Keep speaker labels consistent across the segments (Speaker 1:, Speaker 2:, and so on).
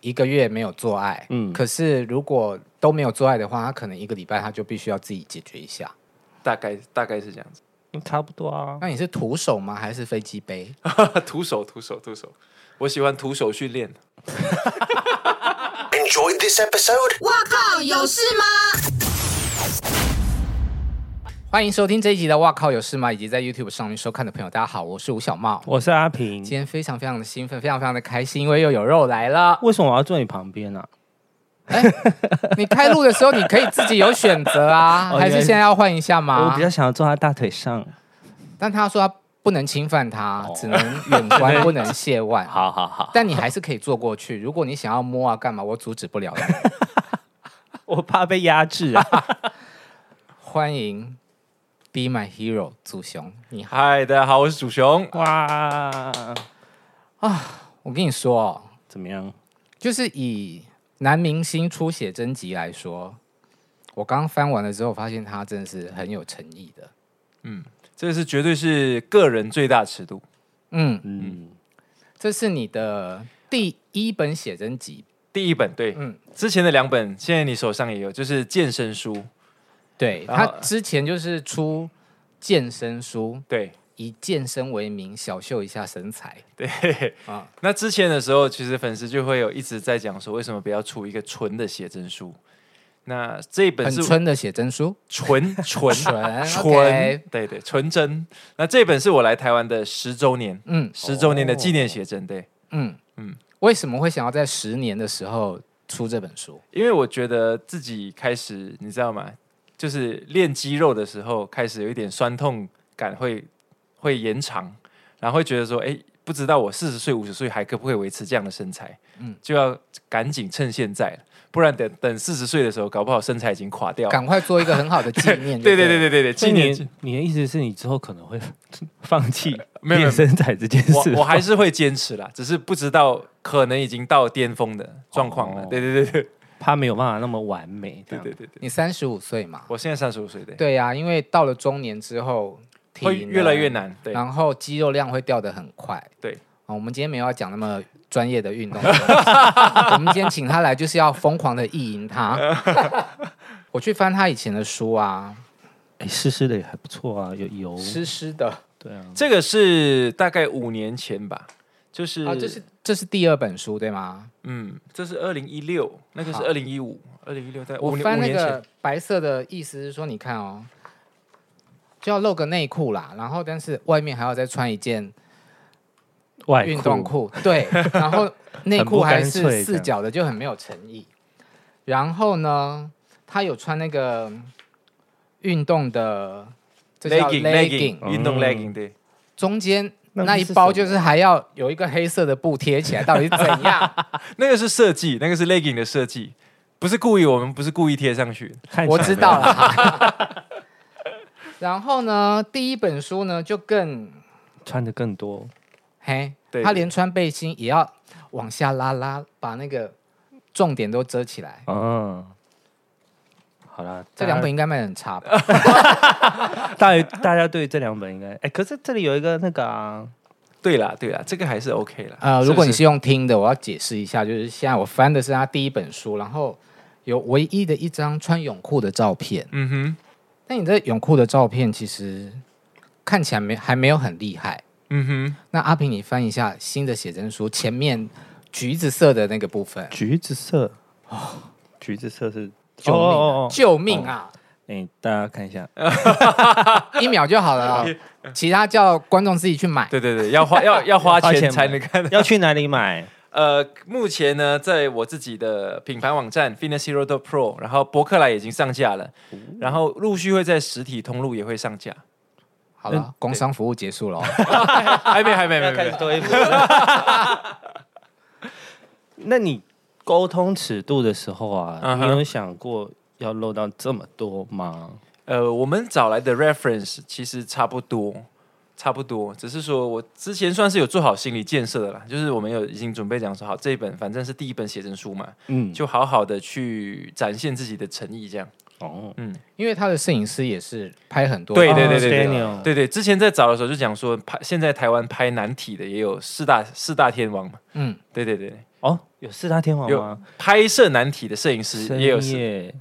Speaker 1: 一个月没有做爱，
Speaker 2: 嗯
Speaker 1: 可是如果都没有做爱的话，他可能一个礼拜他就必须要自己解决一下。
Speaker 3: 大概大概是这样子。
Speaker 2: 差不多啊。
Speaker 1: 那你是徒手吗？还是飞机杯？
Speaker 3: 徒手，徒手，徒手，我喜欢徒手训练。
Speaker 4: Enjoyed this episode?
Speaker 5: 哇靠，有事吗？
Speaker 1: 欢迎收听这一集的《哇靠有事吗》，以及在 YouTube 上面收看的朋友，大家好，我是吴小茂。
Speaker 2: 我是阿平
Speaker 1: 今，天非常非常的兴奋，非常非常的开心，因为又有肉来 了。
Speaker 2: 为什么我要坐你旁边啊？
Speaker 1: 你开路的时候，你可以自己有选择啊，
Speaker 2: 哦
Speaker 1: 还是
Speaker 2: 原来
Speaker 1: 现在要换一下
Speaker 2: 我
Speaker 1: 吗
Speaker 2: 比？较想要坐他大腿上。
Speaker 1: 但他说他不能侵犯他，只能远 观，不能亵玩。
Speaker 2: 哦好好好，
Speaker 1: 但你还是可以坐过去。如果你想要摸啊，干嘛？我阻止不了你。
Speaker 2: 我怕被压制啊。
Speaker 1: 欢迎 Be My Hero 祖雄，你好。
Speaker 3: 嗨，大家好，我是主雄。
Speaker 2: 哇，
Speaker 1: 我跟你说哦，
Speaker 2: 怎么样？
Speaker 1: 就是以男明星出写真集来说，我刚翻完了之后，发现他真的是很有诚意的。
Speaker 3: 这是绝对是个人最大尺度。
Speaker 1: 嗯，
Speaker 2: 嗯，
Speaker 1: 这是你的第一本写真集，
Speaker 3: 第一本对，
Speaker 1: 嗯
Speaker 3: 之前的两本，现在你手上也有，就是健身书，
Speaker 1: 对
Speaker 3: 然后
Speaker 1: 他之前就是出健身书，
Speaker 3: 对
Speaker 1: 以健身为名小秀一下身材。
Speaker 3: 对
Speaker 1: 啊
Speaker 3: 啊。那之前的时候，其实粉丝就会有一直在讲说，为什么不要出一个纯的写真书？那这一本
Speaker 1: 很
Speaker 3: 是
Speaker 1: 纯的写真书，
Speaker 3: 纯 纯
Speaker 1: 纯
Speaker 3: 纯
Speaker 1: OK，
Speaker 3: 对对，纯真。那这本是我来台湾的十周年，
Speaker 1: 嗯
Speaker 3: 十周年的纪念写真，对，
Speaker 1: 嗯嗯
Speaker 3: 嗯，
Speaker 1: 为什么会想要在十年的时候出这本书？
Speaker 3: 因为我觉得自己开始，你知道吗？就是练肌肉的时候，开始有一点酸痛感会会延长，然后会觉得说，哎，不知道我四十岁、五十岁还可不可以维持这样的身材？
Speaker 1: 嗯
Speaker 3: 嗯，就要赶紧趁现在了，不然等等四十岁的时候，搞不好身材已经垮掉了。
Speaker 1: 赶快做一个很好的纪 念。
Speaker 3: 哦对
Speaker 1: 对
Speaker 3: 对
Speaker 1: 不
Speaker 3: 对对对对，
Speaker 2: 所以
Speaker 3: 今年
Speaker 2: 你你的意思是你之后可能会放弃
Speaker 3: 没有没有
Speaker 2: 练身材这件事
Speaker 3: 我我还是会坚持啦，只是不知道可能已经到巅峰的状况了。
Speaker 2: 哦
Speaker 3: 对对对对
Speaker 2: 怕没有办法那么完美。
Speaker 3: 对
Speaker 2: 对
Speaker 3: 对对对，
Speaker 1: 你三十五岁嘛？
Speaker 3: 我现在三十五岁，对，
Speaker 1: 对呀、因为到了中年之后，体
Speaker 3: 会
Speaker 1: 能
Speaker 3: 越来越，难。对，
Speaker 1: 然后肌肉量会掉得很快。
Speaker 3: 对
Speaker 1: 啊、我们今天没有要讲那么专业的运动， 我们今天请他来就是要疯狂的意淫 他。我去翻他以前的书啊，
Speaker 2: 哎，湿湿的也还不错啊，有
Speaker 3: 哦
Speaker 2: 油。
Speaker 1: 湿湿的
Speaker 2: 对啊，
Speaker 3: 这个是大概五年前吧，就是
Speaker 1: 啊，这是这是第二本书对吗？
Speaker 3: 嗯，这是二零一六，那个是
Speaker 1: 好
Speaker 3: 二零一五，二零一六
Speaker 2: 哎
Speaker 3: 在
Speaker 1: 我
Speaker 3: 五年
Speaker 1: 翻
Speaker 3: 五
Speaker 1: 那
Speaker 3: 年前
Speaker 1: 个，白色的意思是说，你看哦，就要露个内裤啦，然后但是外面还要再穿一件
Speaker 2: 外
Speaker 1: 运动裤，对，然 后内
Speaker 2: 很不
Speaker 1: 裤还
Speaker 2: 干脆
Speaker 1: 是
Speaker 2: 这
Speaker 1: 四
Speaker 2: 样
Speaker 1: 角的，就很没有诚意。然后呢，他有穿那个运动的，这叫
Speaker 3: legging
Speaker 1: legging，
Speaker 3: legging 运动
Speaker 2: 嗯
Speaker 3: legging 对，
Speaker 1: 中间
Speaker 2: 那
Speaker 1: 那一
Speaker 2: 是
Speaker 1: 包
Speaker 2: 什
Speaker 1: 就
Speaker 2: 么
Speaker 1: 是还要有一个黑色的布贴起来，到底是怎样？
Speaker 3: 那个是设计，那个是 legging 的设计，不是故意，我们不是故意贴上去的，
Speaker 2: 看起
Speaker 1: 我
Speaker 2: 来
Speaker 1: 知
Speaker 2: 没有
Speaker 1: 道了。 然后呢，第一本书呢就更
Speaker 2: 穿的更多，
Speaker 1: 嘿，
Speaker 3: 对
Speaker 1: 他
Speaker 3: 对
Speaker 1: 连穿背心也要往下拉拉，把那个重点都遮起来。
Speaker 2: 嗯，好啦，
Speaker 1: 这
Speaker 2: 大
Speaker 1: 两
Speaker 2: 家
Speaker 1: 本应该卖的很差吧？
Speaker 2: 大大家对这两本应该，哎，可是这里有一个那个啊，
Speaker 3: 对啦对啦，这个还是 OK 啦。
Speaker 1: 呃，
Speaker 3: 不
Speaker 1: 如果你是用听的，我要解释一下，就是现在我翻的是他第一本书，然后有唯一的一张穿泳裤的照片。
Speaker 3: 嗯哼
Speaker 1: 那你这泳裤的照片其实看起来没还没有很厉害。
Speaker 3: 嗯哼，
Speaker 1: 那阿平，你翻一下新的写真书前面橘子色的那个部分，
Speaker 2: 橘子色，哦橘子色是
Speaker 1: 救命、啊！
Speaker 2: 哦哦哦
Speaker 1: 救命啊！
Speaker 2: 哎，大家看一下，
Speaker 1: 一秒就好了哦，其他叫观众自己去买。
Speaker 3: 对对对，要花要要花
Speaker 2: 花钱
Speaker 3: 钱才
Speaker 2: 买
Speaker 3: 能看。
Speaker 2: 要去哪里买？
Speaker 3: 呃，目前呢，在我自己的品牌网站 Fitness Hero Pro，然后博客来已经上架了，然后陆续会在实体通路也会上架。
Speaker 1: 好了，工商服务结束了哦。
Speaker 3: 还没，还没，没
Speaker 2: 要
Speaker 3: 没
Speaker 2: 开
Speaker 3: 没
Speaker 2: 始。脱衣服。 那你沟通尺度的时候啊，
Speaker 3: 嗯
Speaker 2: 你
Speaker 3: 哼
Speaker 2: 有想过要漏到这么多吗？
Speaker 3: 呃，我们找来的 reference 其实差不多，差不多，只是说我之前算是有做好心理建设的啦，就是我们有已经准备讲说，好，这一本反正是第一本写真书嘛，
Speaker 2: 嗯，
Speaker 3: 就好好的去展现自己的诚意，这样。
Speaker 2: 哦，
Speaker 3: 嗯，
Speaker 1: 因为他的摄影师也是拍很多，
Speaker 3: 对对
Speaker 2: 哦
Speaker 3: 对对对
Speaker 2: Daniel
Speaker 3: 对对，之前在找的时候就讲说，拍现在台湾拍男体的也有四大四大天王嘛，
Speaker 1: 嗯，
Speaker 3: 对对对，
Speaker 2: 哦，有四大天王
Speaker 3: 有
Speaker 2: 吗？
Speaker 3: 拍摄难题的摄影师
Speaker 2: 深
Speaker 3: 也有是
Speaker 2: 夜，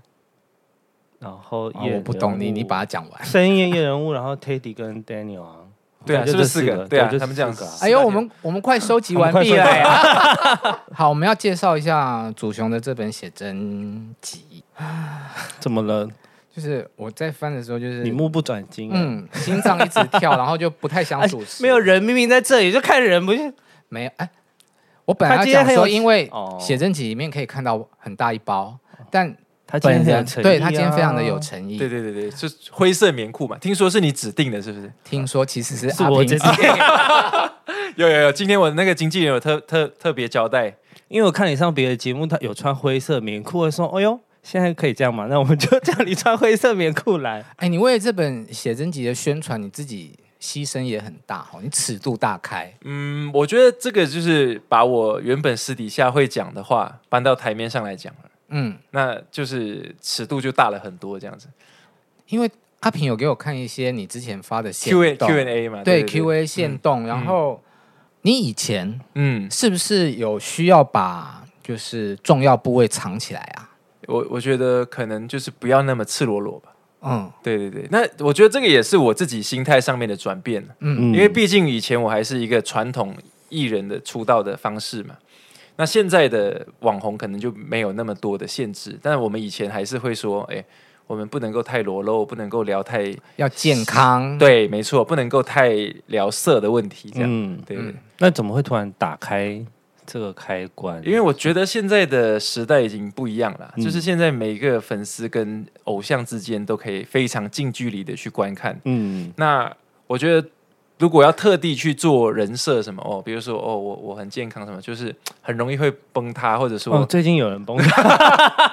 Speaker 2: 然后
Speaker 1: 哦
Speaker 2: 夜人物、
Speaker 1: 我不懂你，你把它讲完。
Speaker 2: 深夜夜人物，然后 Teddy 跟 Daniel 啊，
Speaker 3: 对啊
Speaker 2: 就是
Speaker 3: 不是
Speaker 2: 这
Speaker 3: 四个对啊
Speaker 2: 就
Speaker 3: 他们这样
Speaker 2: 四个啊
Speaker 3: 子
Speaker 1: 哎呦，我们我们快收集完毕了耶。 好，我们要介绍一下祖雄的这本写真集，
Speaker 2: 哎怎么了？
Speaker 1: 就是我在翻的时候，就是
Speaker 2: 你目不转睛、啊，
Speaker 1: 嗯，心脏一直跳，然后就不太想
Speaker 2: 哎
Speaker 1: 主持。
Speaker 2: 没有人，明明在这里就看人，不是？
Speaker 1: 没有哎，我本来
Speaker 2: 他
Speaker 1: 要
Speaker 2: 今天
Speaker 1: 讲
Speaker 2: 很
Speaker 1: 说，
Speaker 2: 有
Speaker 1: 因为
Speaker 2: 哦
Speaker 1: 写真集里面可以看到很大一包，但
Speaker 2: 他今
Speaker 1: 本
Speaker 2: 天很有
Speaker 1: 人
Speaker 2: 诚意、啊，
Speaker 1: 对他今天非常的有诚意
Speaker 3: 对。对对对，就灰色棉裤嘛，听说是你指定的，是不是？
Speaker 1: 听说其实是
Speaker 2: 是
Speaker 1: 阿
Speaker 2: 我
Speaker 1: 平
Speaker 2: 自
Speaker 1: 自
Speaker 2: 己
Speaker 1: 己，
Speaker 3: 有有有，今天我那个经纪人有特特特别交代，
Speaker 2: 因为我看你上别的节目，他有穿灰色棉裤，我说，哎呦，现在可以这样嘛？那我们就叫你穿灰色棉裤来。
Speaker 1: 哎，你为了这本写真集的宣传，你自己牺牲也很大哦，你尺度大开。
Speaker 3: 嗯，我觉得这个就是把我原本私底下会讲的话搬到台面上来讲了，
Speaker 1: 嗯，
Speaker 3: 那就是尺度就大了很多，这样子。
Speaker 1: 因为阿平有给我看一些你之前发的
Speaker 3: Q A
Speaker 1: 线
Speaker 3: Q
Speaker 1: 动
Speaker 3: A 嘛，
Speaker 1: 对
Speaker 3: 对嗯 A，
Speaker 1: Q&A 线动，然后你以前
Speaker 3: 嗯，
Speaker 1: 是不是有需要把就是重要部位藏起来啊？
Speaker 3: 我我觉得可能就是不要那么赤裸裸吧。
Speaker 1: 嗯
Speaker 3: 对对对，那我觉得这个也是我自己心态上面的转变，
Speaker 1: 嗯
Speaker 3: 因为毕竟以前我还是一个传统艺人的出道的方式嘛。那现在的网红可能就没有那么多的限制，但我们以前还是会说，哎，我们不能够太裸露，不能够聊太
Speaker 1: 要健
Speaker 2: 嗯
Speaker 1: 康。
Speaker 3: 对，没错，不能够太聊色的问题，这样、
Speaker 2: 嗯，
Speaker 3: 对、对
Speaker 2: 那怎么会突然打开这个开关？
Speaker 3: 因为我觉得现在的时代已经不一样了，
Speaker 2: 嗯
Speaker 3: 就是现在每一个粉丝跟偶像之间都可以非常近距离的去观看。
Speaker 2: 嗯，
Speaker 3: 那我觉得，如果要特地去做人设什么哦，比如说哦，我我很健康什么，就是很容易会崩塌，或者说、
Speaker 2: 哦，最近有人崩溃，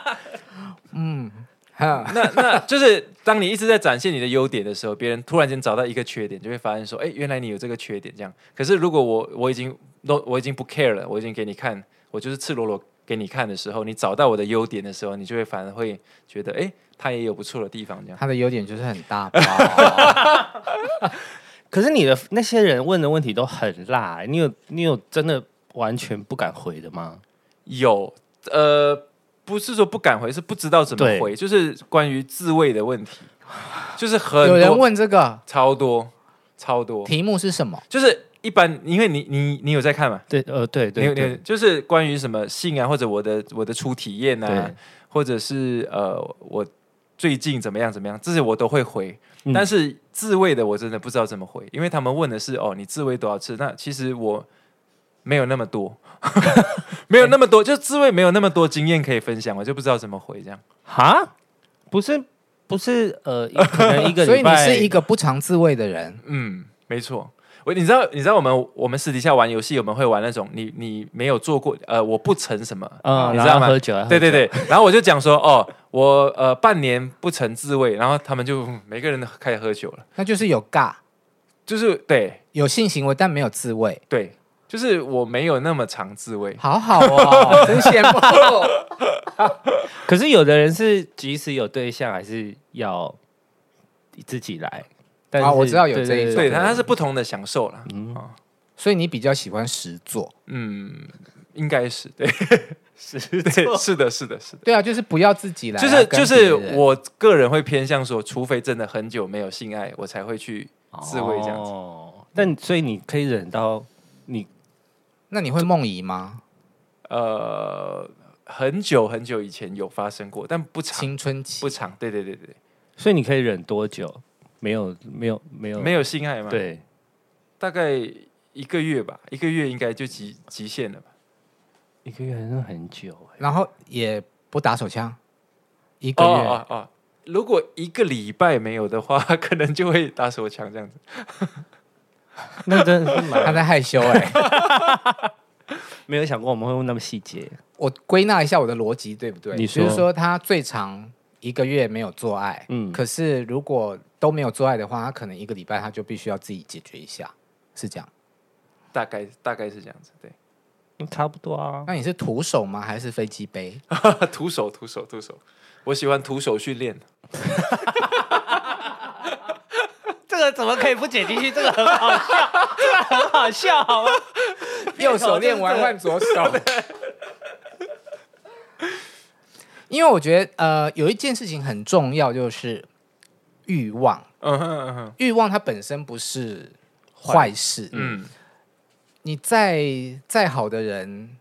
Speaker 1: 嗯，哈，
Speaker 3: 那那就是当你一直在展现你的优点的时候，别人突然间找到一个缺点，就会发现说，哎，原来你有这个缺点。这样，可是如果我我已经 no 我已经不 care 了，我已经给你看，我就是赤裸裸给你看的时候，你找到我的优点的时候，你就会反而会觉得，哎，他也有不错的地方。这样，
Speaker 1: 他的优点就是很 大包。
Speaker 2: 可是你的那些人问的问题都很辣、欸你有你有真的完全不敢回的吗？
Speaker 3: 有呃，不是说不敢回，是不知道怎么
Speaker 2: 对
Speaker 3: 回，就是关于自卫的问题，就 是很
Speaker 1: 有
Speaker 3: 多
Speaker 1: 人问这个
Speaker 3: 超多超多，
Speaker 1: 题目是什么？
Speaker 3: 就是一般因为你你你有在看吗？
Speaker 2: 对，呃，对
Speaker 3: 你有你
Speaker 2: 对
Speaker 3: 有
Speaker 2: 对，
Speaker 3: 就是关于什么性啊，或者我的我的初体验啊
Speaker 2: 对，
Speaker 3: 或者是呃我最近怎么样怎么样，这些我都会回。
Speaker 2: 嗯
Speaker 3: 但是自慰的我真的不知道怎么回，因为他们问的是哦你自慰多少次，那其实我没有那么多， 没有那么多，就自慰没有那么多经验可以分享，我就不知道怎么回这样。
Speaker 2: 哈，不是不是，呃，一可能一 个
Speaker 1: 所以你
Speaker 2: 礼拜
Speaker 1: 是一个不常自慰的人。
Speaker 3: 嗯，没错。我你知道你知道我们我们私底下玩游戏，我们会玩那种你你没有做过呃我不成什么，
Speaker 2: 嗯，
Speaker 3: 你
Speaker 2: 然
Speaker 3: 知
Speaker 2: 后
Speaker 3: 道吗？
Speaker 2: 喝酒啊，
Speaker 3: 对对对， 然后我就讲说，哦，我呃半年不曾自慰，然后他们就嗯每个人都开始喝酒了，
Speaker 1: 那就是有尬，
Speaker 3: 就是对
Speaker 1: 有性行为但没有自慰，
Speaker 3: 对，就是我没有那么常自慰，
Speaker 1: 好好哦，真羡慕。
Speaker 2: 可是有的人是即使有对象，还是要自己来。但是
Speaker 1: 啊我知道有这一种
Speaker 3: 对，它它是不同的享受啦，
Speaker 2: 嗯
Speaker 3: 哦
Speaker 1: 所以你比较喜欢实做，
Speaker 3: 嗯，应该是对，是对，是的，是的，是的。
Speaker 1: 对啊，就是不要自己来啊，
Speaker 3: 就是
Speaker 1: 跟
Speaker 3: 就
Speaker 1: 别
Speaker 3: 是
Speaker 1: 人
Speaker 3: 我个人会偏向说，除非真的很久没有性爱，我才会去自慰这样子。
Speaker 2: 哦，但所以你可以忍到你
Speaker 1: 那你会梦遗吗？
Speaker 3: 呃，很久很久以前有发生过，但不长
Speaker 1: 青春期
Speaker 3: 不长。对对对对，
Speaker 2: 所以你可以忍多久？没有没有没有
Speaker 3: 对没有性爱吗？
Speaker 2: 对，
Speaker 3: 大概一个月吧，一个月应该就极极限了吧。
Speaker 2: 一个月真的很久 欸、
Speaker 1: 然后也不打手枪，一
Speaker 3: 一
Speaker 1: 个月。
Speaker 3: 哦哦哦，如果一个礼拜没有的话， 可能就会打手枪这样子。
Speaker 2: 那真的是
Speaker 1: 他
Speaker 2: 蛮
Speaker 1: 在害羞哎、
Speaker 2: 没有想过我们会问那么细 节。
Speaker 1: 我归纳一下我的逻辑对不对？
Speaker 2: 你
Speaker 1: 就
Speaker 2: 说
Speaker 1: 是说他最长一个月没有做爱，
Speaker 2: 嗯
Speaker 1: 可是如果都没有做爱的话，他可能一个礼拜他就必须要自己解决一下，是这样。
Speaker 3: 大概大概是这样子，对，
Speaker 2: 差不多啊，
Speaker 1: 那你是徒手吗？还是飞机杯？
Speaker 3: 徒手徒手徒手，我喜欢徒手训练。
Speaker 2: 这个怎么可以不剪进去？这个很好 笑，这个很好笑，好吗？
Speaker 1: 右手练完换左手，因为我觉得呃，有一件事情很重要，就是欲望。
Speaker 3: 嗯哼嗯哼
Speaker 1: 欲望它本身不是坏事，
Speaker 3: 嗯，
Speaker 1: 你再再好的人，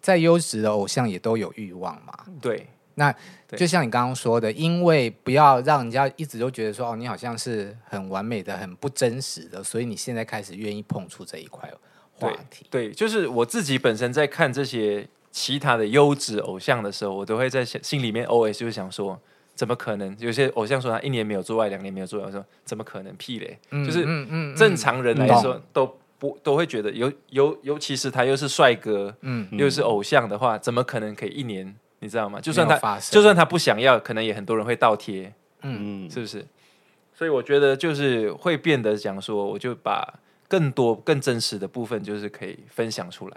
Speaker 1: 再优质的偶像也都有欲望嘛。
Speaker 3: 对，对
Speaker 1: 就像你刚刚说的，因为不要让人家一直都觉得说哦，你好像是很完美的、很不真实的，所以你现在开始愿意碰触这一块话题。
Speaker 3: 对，就是我自己本身在看这些其他的优质偶像的时候，我都会在想心里面 OS 就是想说，怎么可能？有些偶像说他一年没有做爱，两年没有做爱，我说怎么可能？屁嘞！
Speaker 1: 嗯
Speaker 3: 就是
Speaker 1: 嗯嗯
Speaker 3: 正，常人来说、
Speaker 1: 懂
Speaker 3: 都不都会觉得尤尤尤其是他又是帅哥，
Speaker 1: 嗯，
Speaker 3: 又是偶像的话，怎么可能可以一年？你知道吗？就算
Speaker 1: 没有
Speaker 3: 他
Speaker 1: 发生
Speaker 3: 就算他不想要，可能也很多人会倒贴。
Speaker 2: 嗯，
Speaker 3: 是不是？所以我觉得就是会变得讲说，我就把更多更真实的部分，就是可以分享出来。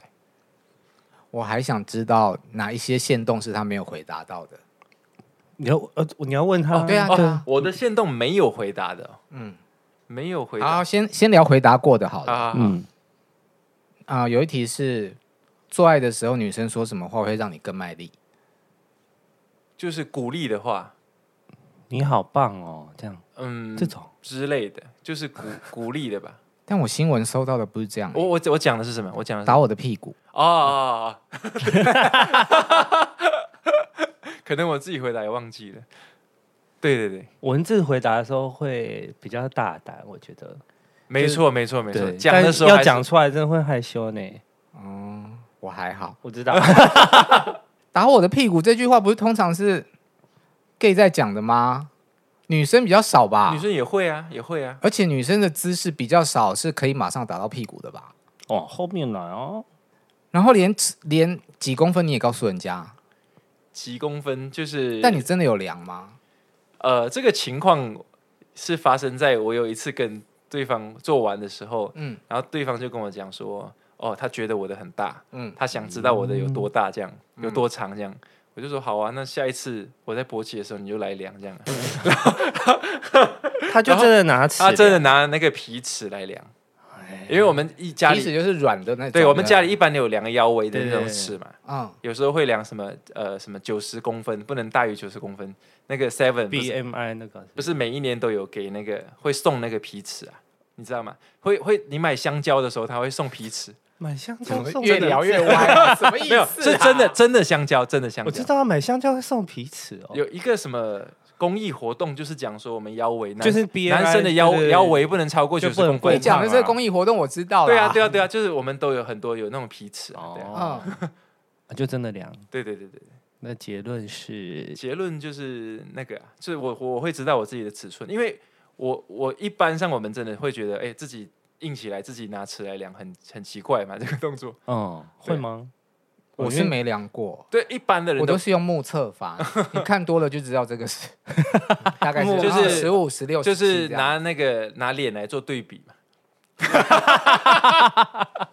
Speaker 1: 我还想知道哪一些线动是他没有回答到的。
Speaker 2: 你要呃，你要问他，
Speaker 1: 哦对啊对啊
Speaker 3: 我的线动没有回答的，
Speaker 1: 嗯，
Speaker 3: 没有回答。
Speaker 1: 好，先先聊回答过的好了。啊、啊
Speaker 3: 啊，
Speaker 2: 嗯，
Speaker 1: 有一题是做爱的时候女生说什么话会让你更卖力？
Speaker 3: 就是鼓励的话，
Speaker 2: 你好棒哦，这样
Speaker 3: 嗯，
Speaker 2: 这种
Speaker 3: 之类的，就是鼓鼓励 的吧。
Speaker 1: 但我新闻收到的不是这样，
Speaker 3: 我我我讲的是什么？我讲的是
Speaker 1: 打我的屁股。
Speaker 3: 哦哦，哦哦 可能我自己回答也忘记了。对对对，
Speaker 2: 文字回答的时候会比较大胆，我觉得。
Speaker 3: 没错没错没错。
Speaker 2: 对，
Speaker 3: 讲的时候还
Speaker 2: 但要
Speaker 3: 是
Speaker 2: 讲出来，真的会害羞呢。
Speaker 1: 嗯，我还好。
Speaker 2: 我知道，
Speaker 1: 打我的屁股这句话不是通常是 gay 在讲的吗？女生比较少吧
Speaker 3: 女，生也会啊，也会啊。
Speaker 1: 而且女生的姿势比较少，是可以马上打到屁股的吧？
Speaker 2: 往后面来哦。
Speaker 1: 然后连连几公分你也告诉人家，
Speaker 3: 几公分就是，
Speaker 1: 但你真的有量吗？
Speaker 3: 呃，这个情况是发生在我有一次跟对方做完的时候，
Speaker 1: 嗯
Speaker 3: 然后对方就跟我讲说，哦，他觉得我的很大，
Speaker 1: 嗯，
Speaker 3: 他想知道我的有多大，这样、有多长，这样。我就说好啊，那下一次我在勃起的时候你就来量这样。
Speaker 2: 他啊就真的拿 尺，
Speaker 3: 啊他真的，拿那个皮尺来量，
Speaker 2: 哎
Speaker 3: 因为我们一家
Speaker 1: 皮
Speaker 3: 里
Speaker 1: 尺就是软的那种。
Speaker 3: 对我们家里，一般有量腰围的
Speaker 2: 对
Speaker 3: 那种尺嘛，
Speaker 1: 嗯，
Speaker 3: 有时候会量什么呃什么九十公分，不能大于九十公分。那个 seven 不是
Speaker 2: BMI 那个
Speaker 3: 不是每一年都有给那个会送那个皮尺啊，你知道吗？会会，你买香蕉的时候他会送皮尺，
Speaker 2: 买香
Speaker 1: 怎
Speaker 2: 蕉
Speaker 1: 么
Speaker 2: 送
Speaker 1: 越
Speaker 2: 真的
Speaker 1: 聊越歪？ 什么意思、啊？
Speaker 3: 没有是真的，真的香蕉，真的香
Speaker 2: 我知
Speaker 3: 蕉。
Speaker 2: 道啊买香蕉会送皮尺 哦，
Speaker 3: 有一个什么公益活动，就是讲说我们腰围，男
Speaker 2: 就是 BMI
Speaker 3: 男生的腰
Speaker 2: 就是
Speaker 3: 腰围不能超过
Speaker 2: 就
Speaker 3: 九十
Speaker 2: 不能
Speaker 3: 公
Speaker 2: 过
Speaker 1: 你
Speaker 3: 分。
Speaker 1: 讲的这个
Speaker 2: 嘛
Speaker 1: 公益活动我知道啦
Speaker 3: 对啊，对啊，对啊，就是我们都有很多有那种皮尺啊。对啊
Speaker 2: 哦，
Speaker 1: 嗯，
Speaker 2: 就真的量。
Speaker 3: 对对对对，
Speaker 2: 那结论是，
Speaker 3: 结论就是那个、啊，就是我我会知道我自己的尺寸，因为我我一般上我们真的会觉得，哎、自己硬起来，自己拿尺来量很很奇怪嘛，这 个动作。
Speaker 2: 嗯，
Speaker 3: 对
Speaker 2: 会吗？
Speaker 1: 我是没量过，
Speaker 3: 对一般的人
Speaker 1: 我都是用目测 法，你看多了就知道这个是大概是啊
Speaker 3: 就是
Speaker 1: 十五、十六，
Speaker 3: 就是
Speaker 1: 17这样
Speaker 3: 拿那个拿脸来做对比嘛。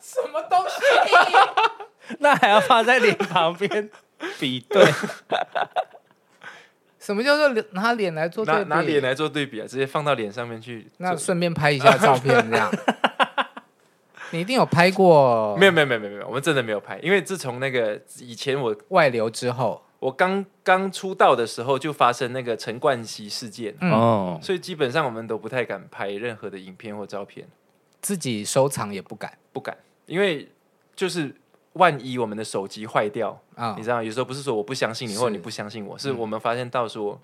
Speaker 1: 什么东西？
Speaker 2: 那还要放在脸旁边比对，
Speaker 1: 什么叫做脸拿脸来做
Speaker 3: 拿
Speaker 1: 对
Speaker 3: 拿脸
Speaker 1: 比？
Speaker 3: 来做对比啊，直接放到脸上面去。
Speaker 1: 那
Speaker 3: 做
Speaker 1: 顺便拍一下照片，这 样。你一定有拍过
Speaker 3: 没有没有没有没有没有，我们真的没有拍，因为自从那个以前我
Speaker 1: 外流之后，
Speaker 3: 我刚刚出道的时候就发生那个陈冠希事件，
Speaker 1: 嗯
Speaker 2: 哦，
Speaker 3: 所以基本上我们都不太敢拍任何的影片或照片，
Speaker 1: 自己收藏也不敢
Speaker 3: 不敢，因为就是万一我们的手机坏掉，
Speaker 1: 啊
Speaker 3: 你。知道，有时候不是说我不相信你
Speaker 1: 是
Speaker 3: 或者你不相信我，是
Speaker 2: 嗯
Speaker 3: 我们发现到说。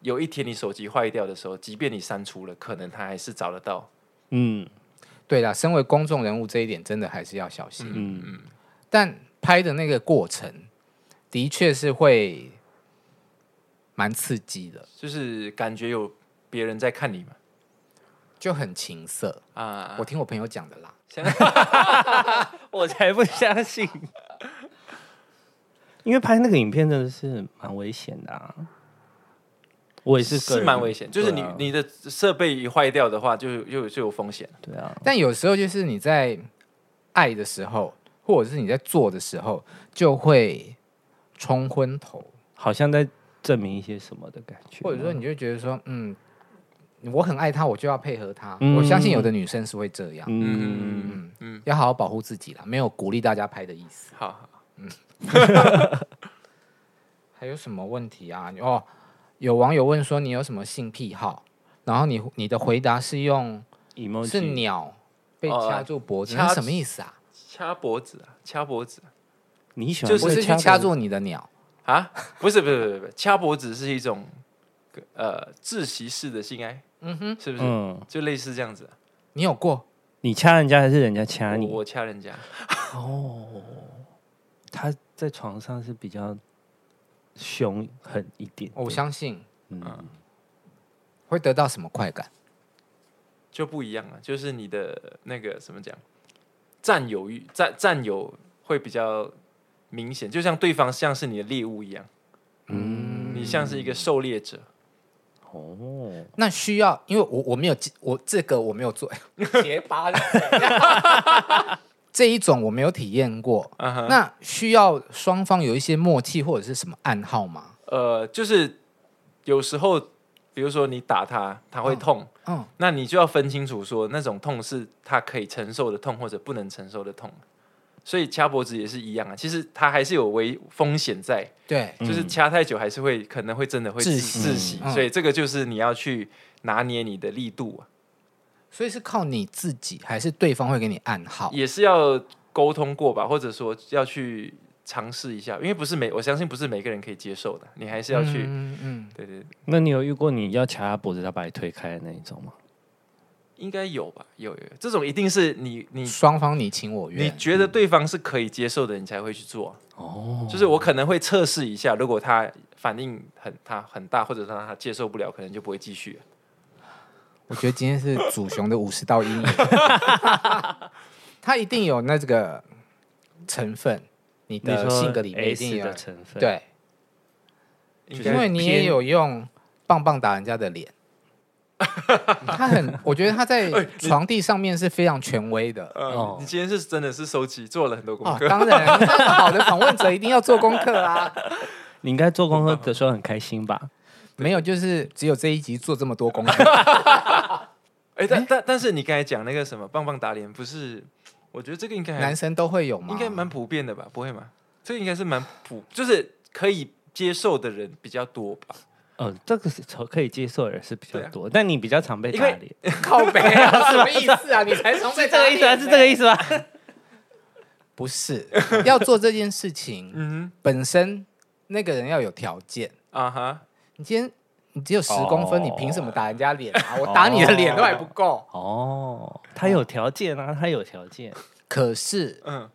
Speaker 3: 有一天你手机坏掉的时候，即便你删除了，可能他还是找得到。
Speaker 2: 嗯
Speaker 1: 对啦，身为公众人物这一点真的还是要小心。
Speaker 2: 嗯嗯，
Speaker 1: 但拍的那个过程，的确是会蛮刺激的，
Speaker 3: 就是感觉有别人在看你嘛
Speaker 1: 就很情色。
Speaker 3: 啊
Speaker 1: 我，听我朋友讲的啦。
Speaker 3: 像
Speaker 2: 我才不相信， 因为拍那个影片真的是蛮危险的啊。我也是个
Speaker 3: 是
Speaker 2: 人
Speaker 3: 蛮危险，就是你
Speaker 2: 对啊
Speaker 3: 你的设备一坏掉的话，就有又有就有风险。
Speaker 2: 对啊，
Speaker 1: 但有时候就是你在爱的时候，或者是你在做的时候，就会冲昏头，
Speaker 2: 好像在证明一些什么的感觉，
Speaker 1: 或者说你就觉得说，嗯，我很爱他，我就要配合他。
Speaker 2: 嗯
Speaker 1: 我相信有的女生是会这样，
Speaker 2: 嗯，
Speaker 3: 嗯嗯，
Speaker 1: 要好好保护自己啦，没有鼓励大家拍的意思。
Speaker 3: 好好，
Speaker 1: 还有什么问题啊？哦，有网友问说你有什么性癖好，然后你你的回答是用
Speaker 2: emoji
Speaker 1: 是鸟被
Speaker 3: 哦
Speaker 1: 掐住脖子，
Speaker 3: 掐
Speaker 1: 那是什么意思啊？
Speaker 3: 掐脖子啊，掐脖子啊
Speaker 2: 你喜欢
Speaker 3: 就是
Speaker 1: 不是
Speaker 2: 被
Speaker 1: 去
Speaker 2: 掐
Speaker 1: 掐
Speaker 2: 脖
Speaker 1: 住你的鸟，
Speaker 3: 啊，不是不是不是不是，掐脖子是一种呃窒息式的性爱，
Speaker 1: 嗯哼，
Speaker 3: 是不
Speaker 2: 子？
Speaker 3: 是？
Speaker 2: 嗯，
Speaker 3: 就类似这样子啊、
Speaker 1: 你有过？
Speaker 2: 你掐人家还是人家掐
Speaker 3: 我
Speaker 2: 你？
Speaker 3: 我掐人家，
Speaker 2: 他在床上是比较凶狠一点。
Speaker 1: 我相信
Speaker 2: 嗯，
Speaker 1: 会得到什么快感？
Speaker 3: 就不一样了，就是你的那个怎么讲，占有欲占占有会比较明显，就像对方像是你的猎物一样，嗯，你像是一个狩猎者，
Speaker 2: 哦，
Speaker 1: 那需要，因为我我没有记我这个我没有做结巴的 这一种我没有体验过。
Speaker 3: 嗯哼，
Speaker 1: 那需要双方有一些默契或者是什么暗号吗？
Speaker 3: 呃，就是有时候，比如说你打他，他会痛，
Speaker 1: 嗯，
Speaker 3: 那你就要分清楚说那种痛是他可以承受的痛，或者不能承受的痛。所以掐脖子也是一样啊，其实它还是有危风险在，
Speaker 1: 对，
Speaker 3: 就是掐太久还是会可能会真的会
Speaker 1: 嗯窒
Speaker 3: 窒
Speaker 1: 息
Speaker 3: 窒息，
Speaker 1: 嗯
Speaker 3: 所以这个就是你要去拿捏你的力度啊，
Speaker 1: 所以是靠你自己还是对方会给你暗号？
Speaker 3: 也是要沟通过吧，或者说要去尝试一下，因为不是每我相信不是每个人可以接受的，你还是要去、
Speaker 1: 嗯嗯，
Speaker 3: 对对，对
Speaker 2: 那你有遇过你要掐他脖子，他把你推开的那一种吗？
Speaker 3: 应该有吧，有有有，这种一定是你
Speaker 1: 嗯
Speaker 3: 你
Speaker 1: 双方你情我
Speaker 3: 你
Speaker 1: 愿，
Speaker 3: 觉得对方是可以接受的，你才会去做啊、
Speaker 2: 哦，
Speaker 3: 就是我可能会测试一下，如果他反应很他很大，或者让他接受不了，可能就不会继续了。
Speaker 1: 我觉得今天是祖雄的五十道 阴影，他一定有那这个成分，你
Speaker 2: 你
Speaker 1: 的
Speaker 2: 说
Speaker 1: 性格里面一定
Speaker 2: S
Speaker 1: 有
Speaker 2: 的成分，，
Speaker 1: 对，
Speaker 3: 应
Speaker 1: 因
Speaker 3: 该
Speaker 1: 为你也有用棒棒打人家的 脸。他很，我觉得他在
Speaker 3: 哎
Speaker 1: 床地上面是非常权威的。
Speaker 3: 呃
Speaker 2: 哦，
Speaker 3: 你今天是真的是收集做了很多功
Speaker 1: 哦，
Speaker 3: 课，
Speaker 1: 当然，这么好的访问者一定要做功课啊。
Speaker 2: 你应该做功课的时候很开心吧？
Speaker 1: 没有，就是只有这一集做这么多功课。
Speaker 3: 哎、但但但是你刚才讲那个什么棒棒打脸，不是？我觉得这个应该还
Speaker 1: 男生都会有吗？
Speaker 3: 应该蛮普遍的吧？不会吗？这个应该是蛮普，就是可以接受的人比较多吧？
Speaker 2: 嗯，这个是可以接受的人是比较
Speaker 3: 对啊
Speaker 2: 多，但你比较常被
Speaker 3: 因
Speaker 2: 打
Speaker 3: 为
Speaker 2: 脸，
Speaker 1: 靠北啊，什么意思啊？你才从
Speaker 2: 是这个意思啊？是这个意思吧？
Speaker 1: 不是，要做这件事情
Speaker 3: 嗯
Speaker 1: 本身，那个人要有条件。
Speaker 3: 哼啊哈，
Speaker 1: 你今天你只有十公分，
Speaker 2: 哦
Speaker 1: 你凭什么打人家脸啊？我打你的脸都还不够。
Speaker 2: 哦，他有条件啊，他有条件，
Speaker 1: 可是
Speaker 3: 嗯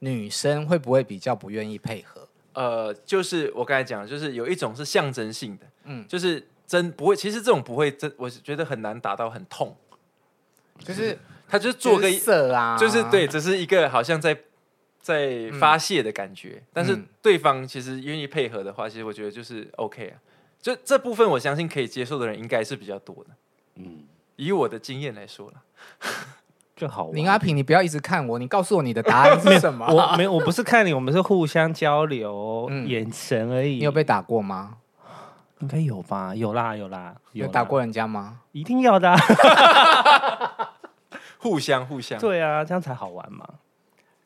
Speaker 1: 女生会不会比较不愿意配合？
Speaker 3: 呃，就是我刚才讲的，就是有一种是象征性的，
Speaker 1: 嗯
Speaker 3: 嗯，就是真不会，其实这种不会真，我觉得很难打到很痛，
Speaker 1: 就是
Speaker 3: 他就是做个
Speaker 1: 就是色啊，
Speaker 3: 就是对，，只是一个好像在在发泄的感觉，但是
Speaker 1: 嗯
Speaker 3: 对方其实愿意配合的话，其实我觉得就是 OK 啊。就这部分，我相信可以接受的人应该是比较多的。
Speaker 2: 嗯，
Speaker 3: 以我的经验来说啦，
Speaker 2: 就好玩。
Speaker 1: 林阿平，你不要一直看我，你告诉我你的答案是什 么？
Speaker 2: 我没有，我不是看你，我们是互相交流
Speaker 1: 嗯
Speaker 2: 眼神而已。
Speaker 1: 你有被打过吗？
Speaker 2: 应该有吧？有啦，有啦，
Speaker 1: 有啊
Speaker 2: 啦
Speaker 1: 打，过人家吗？
Speaker 2: 一定要的啊。
Speaker 3: 互相互相，
Speaker 2: 对啊，这样才好玩嘛。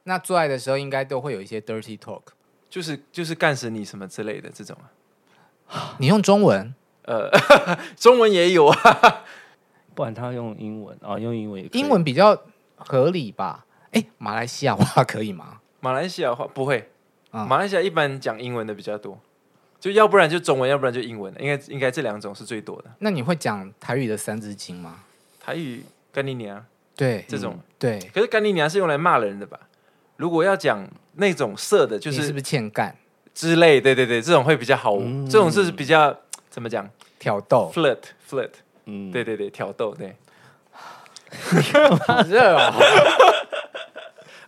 Speaker 1: 那做爱的时候应该都会有一些 dirty talk。
Speaker 3: 就是就是干死你什么之类的这种啊。
Speaker 1: 你用中文，
Speaker 3: 中文也有啊，
Speaker 2: 不然他用英文哦，用英文也可以
Speaker 1: 英文比较合理吧？哎，马来西亚话可以吗？
Speaker 3: 马来西亚话不会，
Speaker 1: 啊
Speaker 3: 马来西亚一般讲英文的比较多，就要不然就中文，要不然就英文，应该应该这两种是最多的。
Speaker 1: 那你会讲台语的三字经吗？
Speaker 3: 台语干你娘
Speaker 1: 对
Speaker 3: 这种，
Speaker 1: 对，
Speaker 3: 可是干你娘是用来骂人的吧？如果要讲那种色的，就
Speaker 1: 你是
Speaker 3: 是
Speaker 1: 不是欠干
Speaker 3: 之类，对对对，这种会比较好，
Speaker 2: 嗯哦
Speaker 3: 这种是比较怎么讲
Speaker 1: 挑 逗？
Speaker 3: ？flirt flirt，
Speaker 2: 嗯，
Speaker 3: 对对对，挑逗，对，
Speaker 1: 好热哦！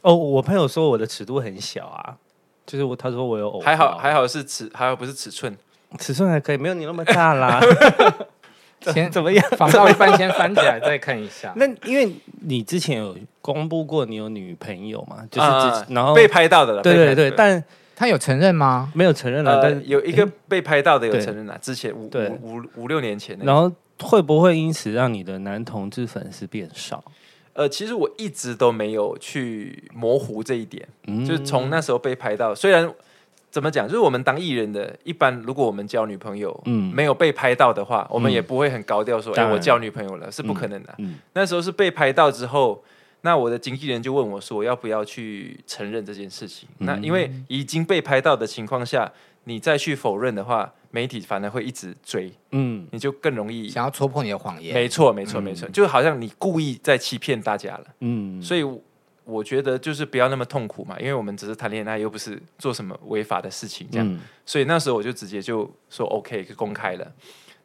Speaker 2: 哦，我朋友说我的尺度很小啊，就是我他说我有偶包
Speaker 3: 还好还好是尺，还好不是尺寸，
Speaker 2: 尺寸还可以，没有你那么大啦。
Speaker 1: 先
Speaker 2: 怎么样？
Speaker 1: 仿到一半，先翻起来再看一 下。
Speaker 2: 那因为你之前有公布过你有女朋友嘛，就是之
Speaker 3: 啊
Speaker 2: 前然后
Speaker 3: 被拍到的了，
Speaker 2: 对
Speaker 3: 被
Speaker 2: 对
Speaker 3: 拍
Speaker 2: 对，
Speaker 3: 到的
Speaker 2: 但
Speaker 1: 他有承认吗？
Speaker 2: 没有承认了，
Speaker 3: 呃
Speaker 2: 但是
Speaker 3: 有一 个被拍到的有
Speaker 2: 对
Speaker 3: 承认了，之前五
Speaker 2: 对
Speaker 3: 五五五六年前那个，
Speaker 2: 然后会不会因此让你的男同志粉丝变少？
Speaker 3: 呃，其实我一直都没有去模糊这一点，
Speaker 2: 嗯
Speaker 3: 就是从那时候被拍到，虽然怎么讲？就是我们当艺人的，一般如果我们交女朋友，
Speaker 2: 嗯
Speaker 3: 没有被拍到的话，我们
Speaker 2: 嗯
Speaker 3: 也不会很高调说，哎、
Speaker 2: 当然
Speaker 3: 我交女朋友了，是不可能的、
Speaker 2: 嗯
Speaker 3: 那时候是被拍到之后，那我的经纪人就问我说，我要不要去承认这件事情？
Speaker 2: 嗯
Speaker 3: 那因为已经被拍到的情况下，你再去否认的话，媒体反而会一直追，
Speaker 2: 嗯，
Speaker 3: 你就更容易。
Speaker 1: 想要戳破你的谎言，
Speaker 3: 没错，没错，没错，就好像你故意在欺骗大家了。
Speaker 2: 嗯，
Speaker 3: 所以我我觉得就是不要那么痛苦嘛，因为我们只是谈恋爱，又不是做什么违法的事情，这样。
Speaker 2: 嗯
Speaker 3: 所以那时候我就直接就说 OK，就公开了。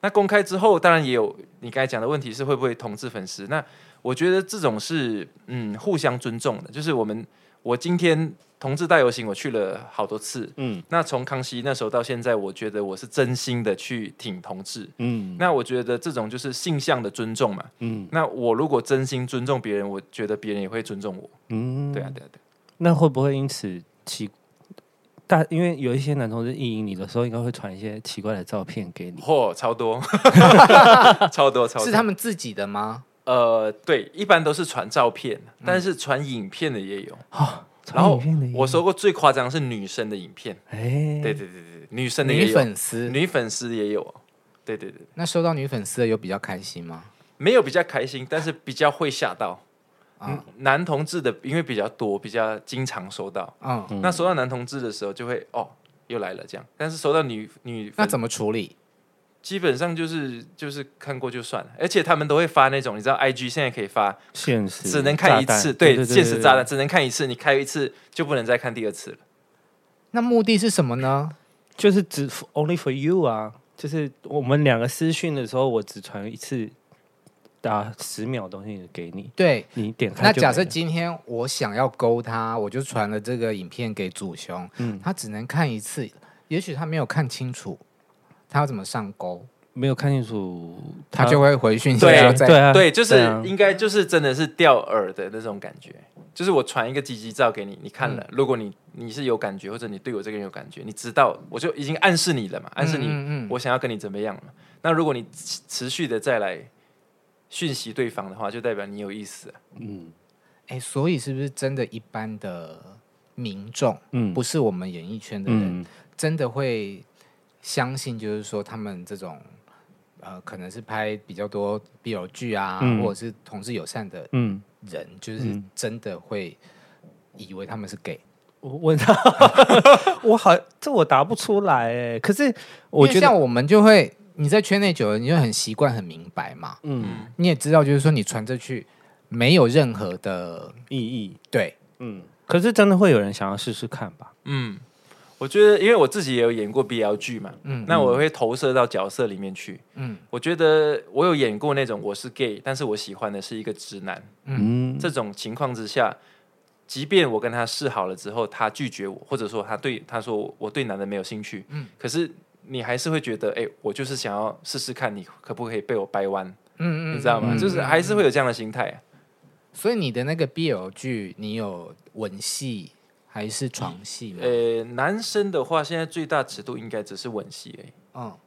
Speaker 3: 那公开之后，当然也有你刚才讲的问题是会不会同志粉丝？那我觉得这种是嗯互相尊重的，就是我们我今天同志大游行我去了好多次，
Speaker 2: 嗯
Speaker 3: 那从康熙那时候到现在，我觉得我是真心的去挺同志。
Speaker 2: 嗯
Speaker 3: 那我觉得这种就是性向的尊重嘛。
Speaker 2: 嗯
Speaker 3: 那我如果真心尊重别人，我觉得别人也会尊重我。
Speaker 2: 嗯，
Speaker 3: 对啊，对啊，对啊
Speaker 2: 那会不会因此奇？大因为有一些男同志意淫你的时候，应该会传一些奇怪的照片给你。
Speaker 3: 嚯、超 多， 超多，超多。
Speaker 1: 是他们自己的吗？
Speaker 3: 呃，对，一般都是传照片，但是传影片的也有。
Speaker 1: 嗯
Speaker 3: 然
Speaker 2: 传
Speaker 3: 后
Speaker 2: 影片的意淫
Speaker 3: 我说过最夸张的是女生的影片，
Speaker 2: 哎，
Speaker 3: 对，对对对，女生的也
Speaker 1: 女
Speaker 3: 有，
Speaker 1: 粉丝，
Speaker 3: 女粉丝也有，对对对，
Speaker 1: 那收到女粉丝的有比较开心吗？
Speaker 3: 没有比较开心，但是比较会吓到。
Speaker 1: 啊
Speaker 3: 嗯，男同志的因为比较多，比较经常收到。
Speaker 1: 嗯，
Speaker 2: 嗯
Speaker 3: 那收到男同志的时候就会哦，又来了这样。但是收到女女
Speaker 1: 那
Speaker 3: 粉
Speaker 1: 怎么处理？
Speaker 3: 基本上就是就是看过就算了，而且他们都会发那种，你知道，IG 现在可以发，
Speaker 2: 现实
Speaker 3: 只能看一
Speaker 2: 炸弹
Speaker 3: 次，
Speaker 2: 对
Speaker 3: 对，现实炸弹，只能看一次，你开一次就不能再看第二次了。
Speaker 1: 那目的是什么呢？
Speaker 2: 就是只 for- only for you 啊，就是我们两个私讯的时候，我只传一次，打十秒东西给你，
Speaker 1: 对，
Speaker 2: 你点开
Speaker 1: 那
Speaker 2: 就
Speaker 1: 假
Speaker 2: 没
Speaker 1: 设
Speaker 2: 了
Speaker 1: 今天我想要勾他，我就传了这个影片给祖兄，
Speaker 2: 嗯
Speaker 1: 他只能看一次，也许他没有看清楚，他要怎么上钩，
Speaker 2: 没有看清楚，
Speaker 1: 他就会回讯息
Speaker 3: 对
Speaker 1: 然后再嗯
Speaker 2: 对啊，
Speaker 3: 对，就是
Speaker 2: 啊
Speaker 3: 应该就是真的是掉饵的那种感觉，就是我传一个鸡鸡照给你，你看了，如果你你是有感觉，或者你对我这个人有感觉，你知道，我就已经暗示你了嘛，暗示你
Speaker 1: 嗯嗯嗯
Speaker 3: 我想要跟你怎么样嘛。那如果你持持续的再来讯息对方的话，就代表你有意思啊、
Speaker 1: 哎，所以是不是真的一般的民众，
Speaker 2: 嗯
Speaker 1: 不是我们演艺圈的人，
Speaker 2: 嗯
Speaker 1: 真的会相信，就是说他们这种。呃，可能是拍比较多 BL 剧啊，
Speaker 2: 嗯
Speaker 1: 或者是同志友善的
Speaker 2: 嗯，
Speaker 1: 人，就是真的会以为他们是 gay。
Speaker 2: 我问他， 我好，这我答不出来哎，可是我
Speaker 1: 因
Speaker 2: 觉
Speaker 1: 为
Speaker 2: 得
Speaker 1: 像我们就会，你在圈内久了，你就很习惯、很明白嘛。
Speaker 2: 嗯
Speaker 1: 你也知道，就是说你传这去没有任何的
Speaker 2: 意义，
Speaker 1: 对，
Speaker 2: 嗯，可是真的会有人想要试试看吧？
Speaker 3: 嗯，我觉得因为我自己也有演过 BL 剧嘛，
Speaker 1: 嗯
Speaker 3: 那我会投射到角色里面去。
Speaker 1: 嗯
Speaker 3: 我觉得我有演过那种我是 gay，但是我喜欢的是一个直男。
Speaker 2: 嗯，
Speaker 3: 这种情况之下，即便我跟他示好了之后，他拒绝我，或者说他对他说我我对男的没有兴趣，
Speaker 1: 嗯
Speaker 3: 可是你还是会觉得，哎、我就是想要试试看，你可不可以被我掰弯，
Speaker 1: 嗯嗯，
Speaker 3: 你知道吗？
Speaker 2: 嗯
Speaker 3: 就是还是会有这样的心态、啊
Speaker 1: 所以你的那个 BL 剧，你有文戏还是床戏吗？
Speaker 3: 呃，男生的话，现在最大尺度应该只是吻戏而已。
Speaker 1: 嗯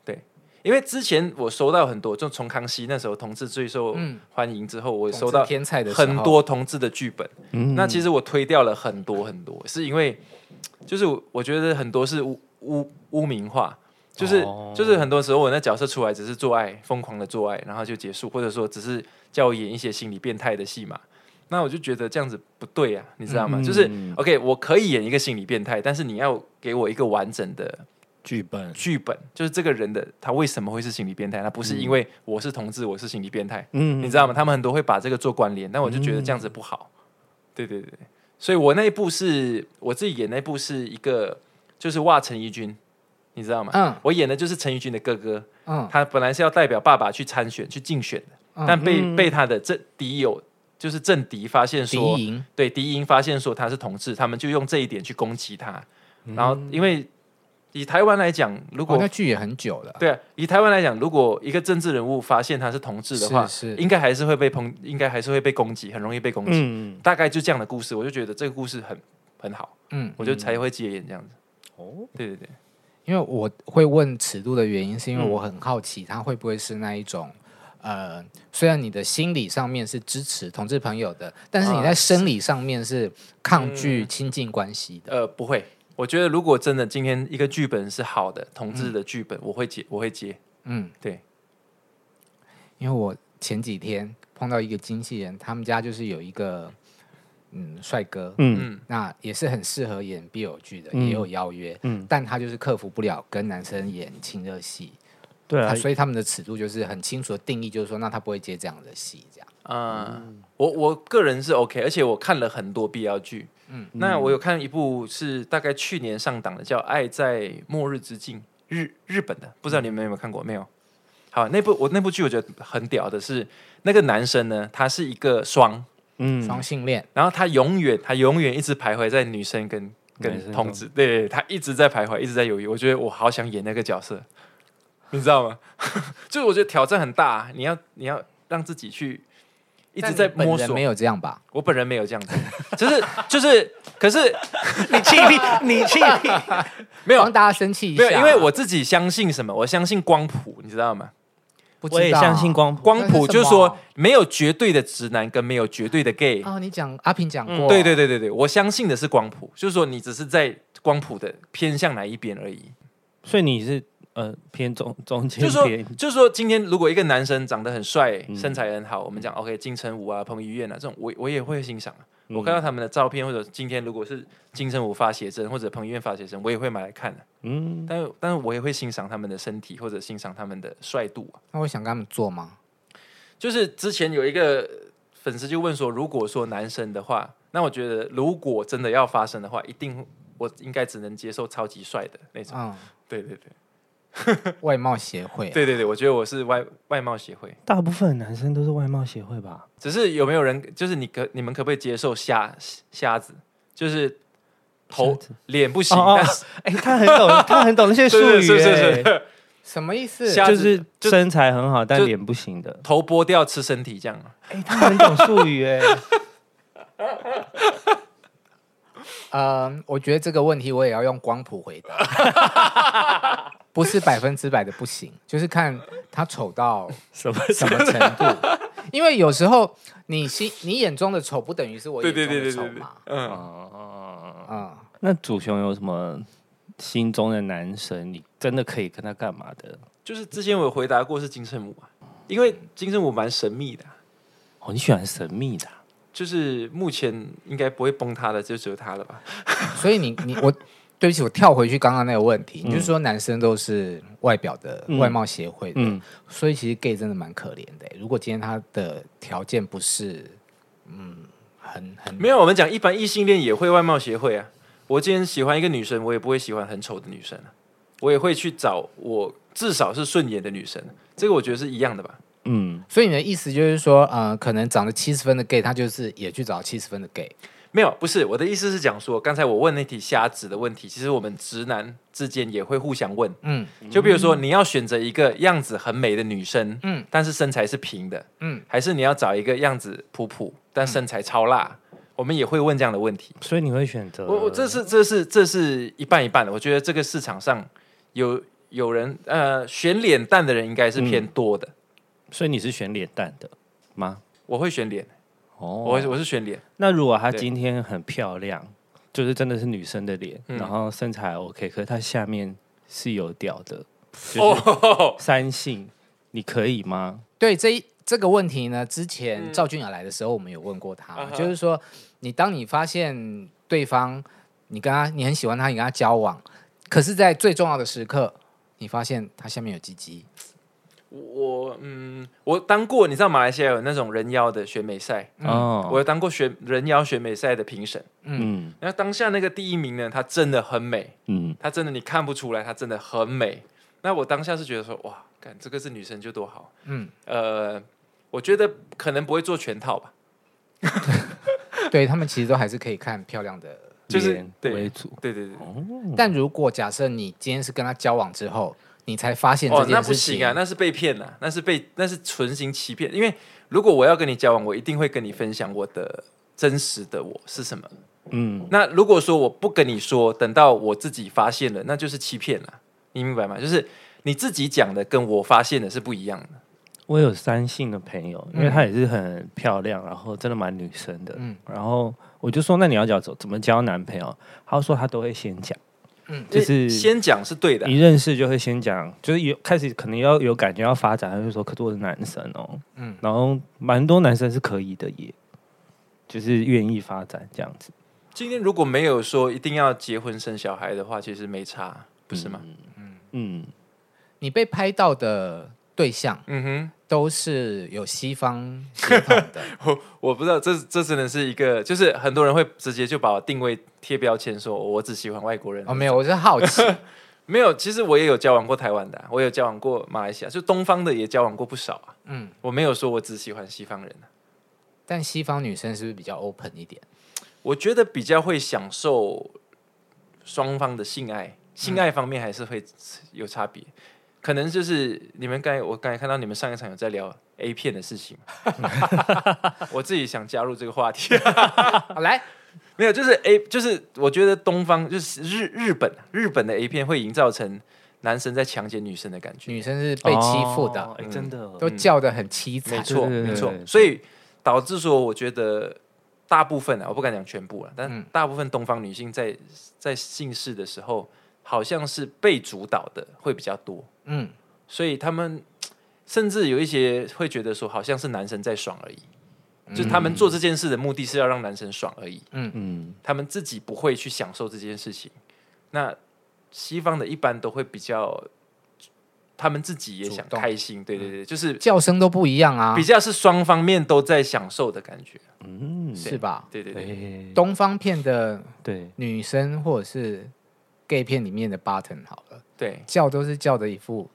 Speaker 3: 因为之前我收到很多，就从康熙那时候同志最受
Speaker 1: 嗯
Speaker 3: 欢迎之后，我
Speaker 1: 我
Speaker 3: 收到
Speaker 1: 天才的时候
Speaker 3: 很，多同志的剧本。
Speaker 2: 嗯
Speaker 3: 那其实我推掉了很多很多，是因为就是我我觉得很多是污污污名化，就是、
Speaker 2: 哦
Speaker 3: 就是很多时候我那角色出来只是做爱，疯狂的做爱，然后就结束，或者说只是叫我演一些心理变态的戏嘛。那我就觉得这样子不对啊，你知道吗？
Speaker 2: 嗯
Speaker 3: 就是 OK，我可以演一个心理变态，但是你要给我一个完整的
Speaker 2: 剧本，
Speaker 3: 剧本，就是这个人的他为什么会是心理变态？他不是因为我是同志，我是心理变态，
Speaker 2: 嗯嗯
Speaker 3: 你知道吗？他们很多会把这个做关联，但我就觉得这样子不好。对对对，所以我那一部是我自己演那一部是一个就是哇陈怡君，你知道
Speaker 2: 啊
Speaker 3: 吗？
Speaker 1: 嗯
Speaker 3: 我演的就是陈怡君的哥哥，
Speaker 1: 嗯
Speaker 3: 他本来是要代表爸爸去参选去竞选的，
Speaker 1: 嗯
Speaker 3: 但被、
Speaker 2: 嗯
Speaker 3: 被他的政敌友就是政敌发现
Speaker 1: 敌
Speaker 3: 说，
Speaker 1: 营，
Speaker 3: 对敌营发现说他是同志，他们就用这一点去攻击他。
Speaker 2: 嗯
Speaker 3: 然后因为以台湾来讲，如果、
Speaker 1: 哦，那剧也很久了，
Speaker 3: 对啊，以台湾来讲，如果一个政治人物发现他是同志的话，
Speaker 1: 是是
Speaker 3: 应该还是会被抨，应该还是会被攻击，很容易被攻击。
Speaker 2: 嗯，
Speaker 3: 大概就这样的故事，我就觉得这个故事很很好，
Speaker 1: 嗯，
Speaker 3: 我就才会接演这样子。
Speaker 2: 哦，
Speaker 3: 对对对，
Speaker 1: 因为我会问尺度的原因，是因为
Speaker 2: 嗯
Speaker 1: 我很好奇，他会不会是那一种，呃，虽然你的心理上面是支持同志
Speaker 2: 啊嗯
Speaker 1: 朋友的，但是你在生理上面是抗拒亲近关系的。
Speaker 3: 呃，不会，我觉得如果真的今天一个剧本是好的同志的剧本，我会接，我会接。
Speaker 1: 嗯，
Speaker 3: 对，
Speaker 1: 因为我前几天碰到一个经纪人，他们家就是有一个嗯帅哥，
Speaker 2: 嗯
Speaker 3: 嗯
Speaker 1: 那也是很适合演 BL 剧的，
Speaker 2: 嗯
Speaker 1: 也有邀约，
Speaker 2: 嗯，
Speaker 1: 但他就是克服不了跟男生演亲热戏，
Speaker 2: 对啊
Speaker 1: 他，所以他们的尺度就是很清楚的定义，就是说那他不会接这样的戏，这样。
Speaker 3: 啊、我我个人是 OK，而且我看了很多 BL 剧。嗯，那我有看一部是大概去年上档的，叫《爱在末日之境》，日日本的，不知道你们有没有看过？没有。好，那部我那部剧我觉得很屌的是，那个男生呢，他是一个双，
Speaker 2: 嗯，
Speaker 1: 双性恋，
Speaker 3: 然后他永远他永远一直徘徊在女生跟
Speaker 2: 男
Speaker 3: 跟
Speaker 2: 生
Speaker 3: 同志，对对，对他一直在徘徊，一直在犹豫。我觉得我好想演那个角色，你知道吗？ 就是我觉得挑战很大，啊你要你要让自己去一直在
Speaker 1: 但你
Speaker 3: 摸
Speaker 1: 本人
Speaker 3: 索
Speaker 1: 没。有这样吧？
Speaker 3: 我本人没有这样 子，就是就是，可是
Speaker 2: 你气力，你气力，
Speaker 3: 没有
Speaker 1: 让大家生气一
Speaker 3: 没有，
Speaker 1: 下，
Speaker 3: 因为我自己相信什么？我相信光谱，你知道吗？
Speaker 1: 不知道啊
Speaker 2: 我也相信光谱，
Speaker 3: 光谱就是
Speaker 1: 那
Speaker 3: 说
Speaker 1: 是什
Speaker 3: 没有绝对的直男跟没有绝对的 gay。
Speaker 1: 啊，你讲阿平讲过，
Speaker 3: 嗯对对对对对，我相信的是光谱，就是说你只是在光谱的偏向哪一边而已。
Speaker 2: 所以你是呃偏中中间
Speaker 3: 就是说
Speaker 2: 偏，
Speaker 3: 就是说，今天如果一个男生长得很帅，
Speaker 2: 嗯
Speaker 3: 身材很好，我们讲 OK，金城武啊、彭于晏啊这种，我我也会欣赏啊。
Speaker 2: 嗯
Speaker 3: 我看到他们的照片，或者今天如果是金城武发写真或者彭于晏发写真，我也会买来看、啊。
Speaker 2: 嗯，
Speaker 3: 但但是我也会欣赏他们的身体，或者欣赏他们的帅度、啊。
Speaker 1: 那我想跟他们做吗？
Speaker 3: 就是之前有一个粉丝就问说，如果说男生的话，那我觉得如果真的要发生的话，一定我应该只能接受超级帅的那种。
Speaker 1: 嗯，
Speaker 3: 对对对，
Speaker 1: 外貌协会，
Speaker 3: 对对对，我觉得我是外外貌协会。
Speaker 2: 大部分男生都是外貌协会吧？
Speaker 3: 只是有没有人，就是你可你们可不可以接受瞎瞎子，就是头
Speaker 2: 瞎子
Speaker 3: 脸不行，
Speaker 2: 哦哦
Speaker 3: 但是
Speaker 2: 哎，他很 懂，他很懂那些术
Speaker 3: 对对
Speaker 2: 语，
Speaker 3: 是是
Speaker 2: 哎
Speaker 3: 是，
Speaker 1: 什么意思？
Speaker 3: 瞎
Speaker 2: 就
Speaker 3: 子
Speaker 2: 是
Speaker 3: 就
Speaker 2: 身材很好，但
Speaker 3: 就
Speaker 2: 脸不行的。
Speaker 3: 头剥掉吃身体这样啊。
Speaker 2: 哎，他很懂术语哎。
Speaker 1: 呃，我觉得这个问题我也要用光谱回答， 不是百分之百的不行，就是看他丑到
Speaker 2: 什么？
Speaker 1: 什么程度。因为有时候你心你眼中的丑，不等于是我
Speaker 3: 对
Speaker 1: 眼
Speaker 3: 对
Speaker 1: 中
Speaker 3: 对
Speaker 1: 的
Speaker 3: 对
Speaker 1: 丑
Speaker 3: 对对
Speaker 1: 嘛，。
Speaker 3: 嗯，
Speaker 2: 哦，
Speaker 1: 嗯，
Speaker 2: 那主雄有什么心中的男神？你真的可以跟他干嘛的？
Speaker 3: 就是之前我有回答过是金城武啊，因为金城武蛮神秘的啊、
Speaker 2: 哦，你喜欢神秘的啊、
Speaker 3: 就是目前应该不会崩塌的，就只有他了吧？
Speaker 1: 所以你你我。对不起，我跳回去刚刚那个问题，你就说男生都是外表的
Speaker 2: 嗯
Speaker 1: 外貌协会的，
Speaker 2: 嗯，
Speaker 1: 所以其实 gay 真的蛮可怜的欸。如果今天他的条件不是，嗯，很很
Speaker 3: 没有，我们讲一般异性恋也会外貌协会啊。我今天喜欢一个女生，我也不会喜欢很丑的女生啊，我也会去找我至少是顺眼的女生。啊这个我觉得是一样的吧？
Speaker 2: 嗯，
Speaker 1: 所以你的意思就是说，呃，可能长得七十分的 gay，他就是也去找七十分的 gay。
Speaker 3: 没有，不是我的意思是讲说，刚才我问那题瞎子的问题，其实我们直男之间也会互相问。
Speaker 1: 嗯
Speaker 3: 就比如说，你要选择一个样子很美的女生，
Speaker 1: 嗯
Speaker 3: 但是身材是平的，
Speaker 1: 嗯，
Speaker 3: 还是你要找一个样子普普但身材超辣？我们也会问这样的问题。
Speaker 2: 所以你会选择
Speaker 3: 我我这是这是这是一半一半的，我觉得这个市场上有有人呃选脸蛋的人应该是偏多的，
Speaker 2: 所以你是选脸蛋的吗？
Speaker 3: 我会选脸，
Speaker 2: 哦，
Speaker 3: 我会我是选脸，
Speaker 2: 那如果她
Speaker 3: 对
Speaker 2: 今天很漂亮，就是真的是女生的脸，
Speaker 3: 嗯
Speaker 2: 然后身材还 OK，可是她下面是有屌的，就
Speaker 3: 哦
Speaker 2: 是
Speaker 3: 吼吼吼，
Speaker 2: 三性，你可以吗？
Speaker 1: 对这一这个问题呢，之前
Speaker 3: 嗯
Speaker 1: 赵俊雅来的时候，我们有问过他，
Speaker 3: 啊哈
Speaker 1: 就是说，你当你发现对方，你跟他你很喜欢他，你跟他交往，可是，在最重要的时刻，你发现他下面有鸡鸡，
Speaker 3: 我嗯我当过，你知道马来西亚有那种人妖的选美赛，我
Speaker 2: 哦，
Speaker 3: 有当过选人妖选美赛的评审，
Speaker 2: 嗯
Speaker 3: 然后当下那个第一名呢，她真的很美，
Speaker 2: 嗯，
Speaker 3: 她真的你看不出来，她真的很美。那我当下是觉得说，哇，看这个是女生就多好，
Speaker 1: 嗯，
Speaker 3: 呃，我觉得可能不会做全套吧，
Speaker 1: 对他们其实都还是可以看漂亮的。
Speaker 3: 就是
Speaker 2: 脸
Speaker 3: 对
Speaker 2: 为主。
Speaker 3: 对对对。
Speaker 1: 但如果假设你今天是跟他交往之后，你才发现
Speaker 3: 哦
Speaker 1: 这，
Speaker 3: 那
Speaker 1: 件
Speaker 3: 不
Speaker 1: 事
Speaker 3: 行
Speaker 1: 情，
Speaker 3: 啊，那是被骗啊，那是被那是纯行欺骗。因为如果我要跟你交往，我一定会跟你分享我的真实的我是什么。
Speaker 2: 嗯，
Speaker 3: 那如果说我不跟你说，等到我自己发现了，那就是欺骗了。你明白吗？就是你自己讲的跟我发现的是不一样的。
Speaker 2: 我有三性的朋友，因为她也是很漂亮，然后真的蛮女生的。
Speaker 1: 嗯
Speaker 2: 然后我就说，那你要交怎怎么交男朋友？她说她都会先讲，
Speaker 1: 嗯
Speaker 2: 就是
Speaker 3: 先讲是对的
Speaker 2: 一，认识就会先讲，就是有开始可能要有感觉要发展，他就说：“可是我是男生哦。”
Speaker 1: 嗯
Speaker 2: 嗯，然后蛮多男生是可以的耶，就是愿意发展这样子。
Speaker 3: 今天如果没有说一定要结婚生小孩的话，其实没差，不是吗？
Speaker 2: 嗯，
Speaker 1: 你被拍到的对象
Speaker 3: 嗯
Speaker 1: 都是有西方血统的，
Speaker 3: 哼，我我不知道，这这真的是一个，就是很多人会直接就把我定位贴标签说，哦我只喜欢外国人。
Speaker 1: 哦，没有，我是好奇，
Speaker 3: 没有，其实我也有交往过台湾的啊、我有交往过马来西亚，就东方的也交往过不少啊。
Speaker 1: 嗯，
Speaker 3: 我没有说我只喜欢西方人啊、
Speaker 1: 但西方女生是不是比较 open 一点？
Speaker 3: 我觉得比较会享受双方的性爱，性爱方面还是会有差别。可能就是你们刚才我刚才看到你们上一场有在聊 A 片的事情，我自己想加入这个话题，
Speaker 1: 好，来，
Speaker 3: 没有，就是 A，就是我觉得东方就是日日本日本的 A 片会营造成男生在强奸女生的感觉，
Speaker 1: 女生是被欺负的，
Speaker 2: 哦哎
Speaker 3: 嗯
Speaker 2: 真的
Speaker 1: 都叫的很凄惨
Speaker 3: 没。错，
Speaker 2: 对对对
Speaker 3: 没错
Speaker 2: 对。对
Speaker 3: 所以导致说，我觉得大部分啊，我不敢讲全部啊，但
Speaker 1: 嗯
Speaker 3: 大部分东方女性在在性事的时候，好像是被主导的会比较多，
Speaker 1: 嗯，
Speaker 3: 所以他们甚至有一些会觉得说，好像是男生在爽而已，
Speaker 1: 嗯
Speaker 3: 就是他们做这件事的目的是要让男生爽而已，
Speaker 2: 嗯，
Speaker 3: 他们自己不会去享受这件事情。那西方的一般都会比较。他们自己也
Speaker 1: 主
Speaker 3: 想
Speaker 1: 动
Speaker 3: 开心，对对对，就是
Speaker 1: 叫声都不一样啊
Speaker 3: 比，较是双方面都在享受的感觉。
Speaker 2: 嗯
Speaker 1: 是吧？
Speaker 3: 对对对，
Speaker 2: 对
Speaker 1: 东方片的
Speaker 2: 对，
Speaker 1: 女生或者是 gay 片里面的 button 好了，
Speaker 3: 对
Speaker 1: 叫都是叫的一副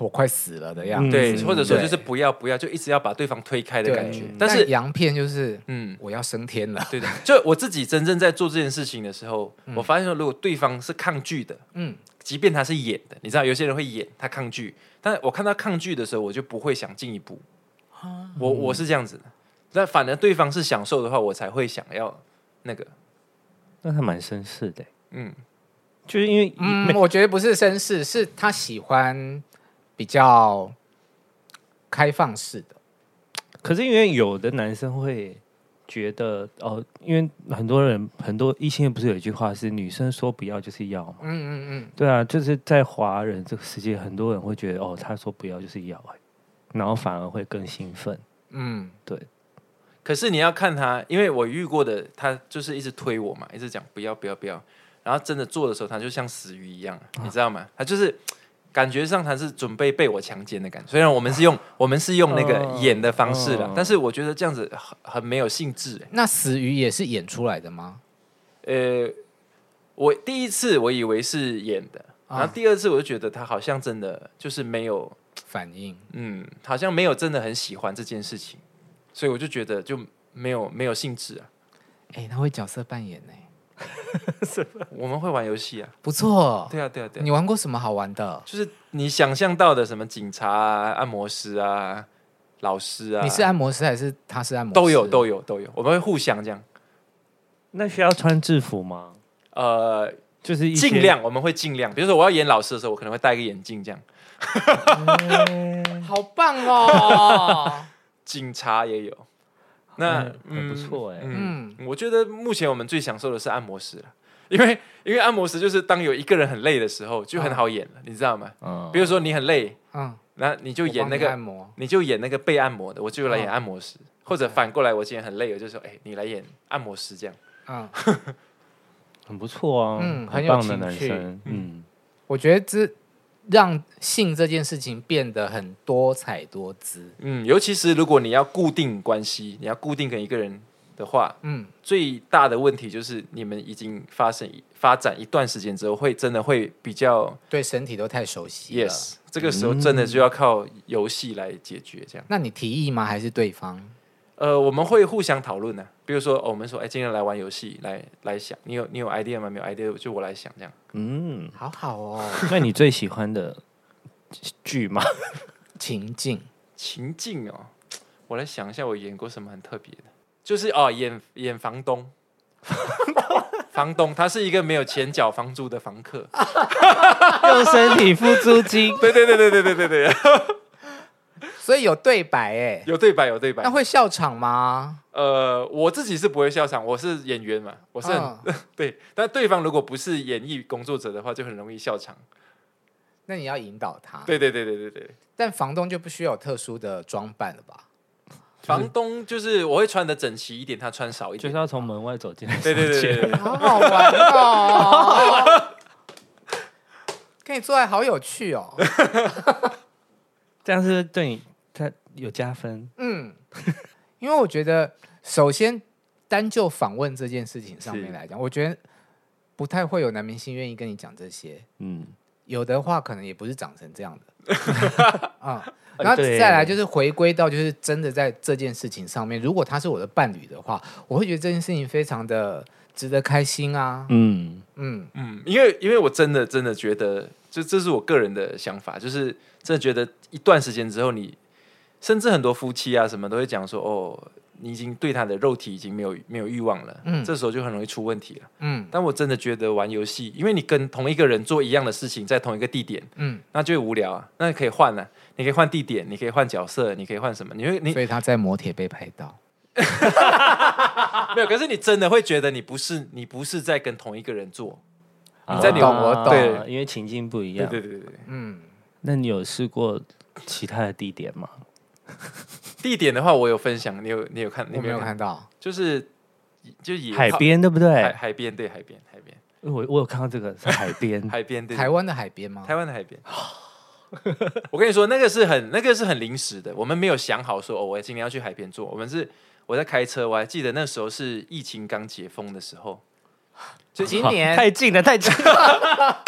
Speaker 1: 我快死了的样子，
Speaker 2: 嗯
Speaker 3: 对，或者说
Speaker 1: 对
Speaker 3: 就是不要不要，就一直要把对方推开的
Speaker 1: 对
Speaker 3: 感觉
Speaker 2: 嗯。
Speaker 3: 但是，
Speaker 1: 洋片就是
Speaker 3: 嗯，
Speaker 1: 我要升天 了，
Speaker 3: 对的，就我自己真正在做这件事情的时候，我发现说，如果对方是抗拒的，
Speaker 1: 嗯，
Speaker 3: 即便他是演的，你知道有些人会演他抗拒，但我看到抗拒的时候，我就不会想进一步。我我是这样子的，那反而对方是享受的话，我才会想要那个，
Speaker 2: 那还蛮绅士的，
Speaker 3: 嗯，
Speaker 2: 就是因为
Speaker 1: 嗯，我觉得不是绅士，是他喜欢比较开放式的，
Speaker 2: 可是因为有的男生会觉得哦，因为很多人很多异性恋不是有一句话是女生说不要就是要嘛？
Speaker 1: 嗯嗯
Speaker 2: 对啊，就是在华人这个世界，很多人会觉得哦，他说不要就是要、欸，然后反而会更兴奋。
Speaker 1: 嗯
Speaker 2: 对，
Speaker 3: 可是你要看他，因为我遇过的，他就是一直推我嘛，一直讲不要不要不要，然后真的做的时候，他就像死鱼一样，
Speaker 2: 啊
Speaker 3: 你知道吗？他就是感觉上他是准备被我强奸的感觉。虽然我们是用、我们是用那个
Speaker 2: 啊哦
Speaker 3: 演的方式啦，
Speaker 2: 哦
Speaker 3: 但是我觉得这样子很很没有兴致、欸。
Speaker 1: 嗯，那死鱼也是演出来的吗？
Speaker 3: 呃，我第一次我以为是演的，
Speaker 2: 啊
Speaker 3: 然后第二次我就觉得他好像真的就是没有，
Speaker 1: 反应，
Speaker 3: 嗯，好像没有真的很喜欢这件事情，所以我就觉得就没有没有兴致啊。
Speaker 1: 哎、他会角色扮演呢、
Speaker 3: 我们会玩游戏啊。
Speaker 1: 不错。
Speaker 3: 对啊，对啊，对啊
Speaker 1: 哦你，玩过什么好玩的？
Speaker 3: 就是你想象到的什么警察啊、按摩师啊、老师啊，
Speaker 1: 你是按摩师还是他是按摩师？
Speaker 3: 都有都有都有，我们会互相这样，
Speaker 2: 那需要穿制服吗？
Speaker 3: 呃，
Speaker 2: 就是一些
Speaker 3: 尽量我们会尽量，比如说我要演老师的时候，我可能会戴个眼镜这样，
Speaker 1: 好棒哦！
Speaker 3: 警察也有，那
Speaker 2: 嗯很不错欸
Speaker 3: 嗯，我觉得目前我们最享受的是按摩师了。因为 因为按摩师就是当有一个人很累的时候就很好演了，你知道吗？
Speaker 2: 嗯
Speaker 3: 比如说你很累，
Speaker 1: 嗯，
Speaker 3: 那你就
Speaker 1: 我
Speaker 3: 演
Speaker 1: 帮
Speaker 3: 那
Speaker 1: 你
Speaker 3: 个
Speaker 1: 按摩，
Speaker 3: 你就演那个被按摩的，我就来演
Speaker 1: 嗯
Speaker 3: 按摩师，或者反过来，我今天很累，我就说，哎、你来演按摩师这样。
Speaker 1: 嗯，
Speaker 2: 很不错啊，
Speaker 1: 嗯很
Speaker 2: 很
Speaker 1: 有
Speaker 2: 棒的
Speaker 1: 情
Speaker 2: 男
Speaker 1: 趣
Speaker 2: 生，嗯，
Speaker 1: 我觉得这让性这件事情变得很多彩多姿。
Speaker 3: 嗯，尤其是如果你要固定关系，你要固定跟一个人的话，
Speaker 1: 嗯，
Speaker 3: 最大的问题就是你们已经发生发展一段时间之后，会真的会比较
Speaker 1: 对身体都太熟悉了。
Speaker 3: yes，这个时候真的就要靠游戏来解决这样。
Speaker 1: 那你提议吗？还是对方？
Speaker 3: 呃，我们会互相讨论呢、比如说、哦我们说，哎，今天来玩游戏，来来想，你有你有 idea 吗？没有 idea 就我来想这样。
Speaker 2: 嗯，
Speaker 1: 好好哦，
Speaker 2: 那你最喜欢的剧吗？
Speaker 1: 情境。
Speaker 3: 情境哦，我来想一下，我演过什么很特别的，就是哦，演演房东， 房东他是一个没有钱缴房租的房客，
Speaker 2: 用身体付租金，
Speaker 3: 对对对对对对对对，
Speaker 1: 所以有对白哎、
Speaker 3: 有对白，有对白
Speaker 1: 那。会笑场吗？
Speaker 3: 呃，我自己是不会笑场，我是演员嘛，我
Speaker 1: 不
Speaker 3: 是很、对。但对方如果不是演艺工作者的话，就很容易笑场。
Speaker 1: 那你要引导他。
Speaker 3: 对对对对对对。
Speaker 1: 但房东就不需要有特殊的装扮了吧？
Speaker 3: 房东就是我会穿的整齐一点，他穿少一
Speaker 2: 就
Speaker 3: 点
Speaker 2: 是。要从门外走进来。
Speaker 3: 对对对对对对
Speaker 1: 好好玩哦！跟你做爱好有趣哦。
Speaker 2: 这样是不是对你他有加分。
Speaker 1: 嗯，因为我觉得，首先单就访问这件事情上面
Speaker 3: 是
Speaker 1: 来讲，我觉得不太会有男明星愿意跟你讲这些。
Speaker 2: 嗯，
Speaker 1: 有的话，可能也不是长成这样的。啊、
Speaker 2: 呃
Speaker 1: 然后
Speaker 2: 对
Speaker 1: 再来就是回归到，就是真的在这件事情上面，如果他是我的伴侣的话，我会觉得这件事情非常的值得开心啊。
Speaker 2: 嗯，
Speaker 1: 嗯，
Speaker 3: 嗯，因为因为我真的真的觉得，就这是我个人的想法，就是真的觉得一段时间之后你，甚至很多夫妻啊什么都会讲说，哦，你已经对他的肉体已经没有没有欲望了，
Speaker 1: 嗯
Speaker 3: 这时候就很容易出问题了。
Speaker 1: 嗯
Speaker 3: 但我真的觉得玩游戏，因为你跟同一个人做一样的事情，在同一个地点，
Speaker 1: 嗯，
Speaker 3: 那就会无聊啊。那你可以换啊，你可以换地点，你可以换角色，你可以换什么？你会你
Speaker 1: 所以他在磨铁被拍到，
Speaker 3: 没有，可是你真的会觉得你不是你不是在跟同一个人做。
Speaker 1: 你在扭我懂
Speaker 2: 啊对，因为情境不一
Speaker 3: 对
Speaker 2: 样。
Speaker 3: 对对对对，
Speaker 1: 嗯，
Speaker 2: 那你有试过其他的地点吗？
Speaker 3: 地点的话我有分享，你有你有看？你
Speaker 1: 我没有看到，
Speaker 3: 就是就野
Speaker 2: 海边对不对
Speaker 1: 哎
Speaker 3: 海？海边对海边海边，
Speaker 2: 我我有看到这个是海边
Speaker 3: 海边对
Speaker 1: 嗯台湾的海边吗？
Speaker 3: 台湾的海边。我跟你说，那个是很那个是很临时的，我们没有想好说哦，我今天要去海边做。我们是我在开车，我还记得那时候是疫情刚解封的时候，
Speaker 1: 就今
Speaker 2: 好
Speaker 1: 年
Speaker 2: 太近了，太近了，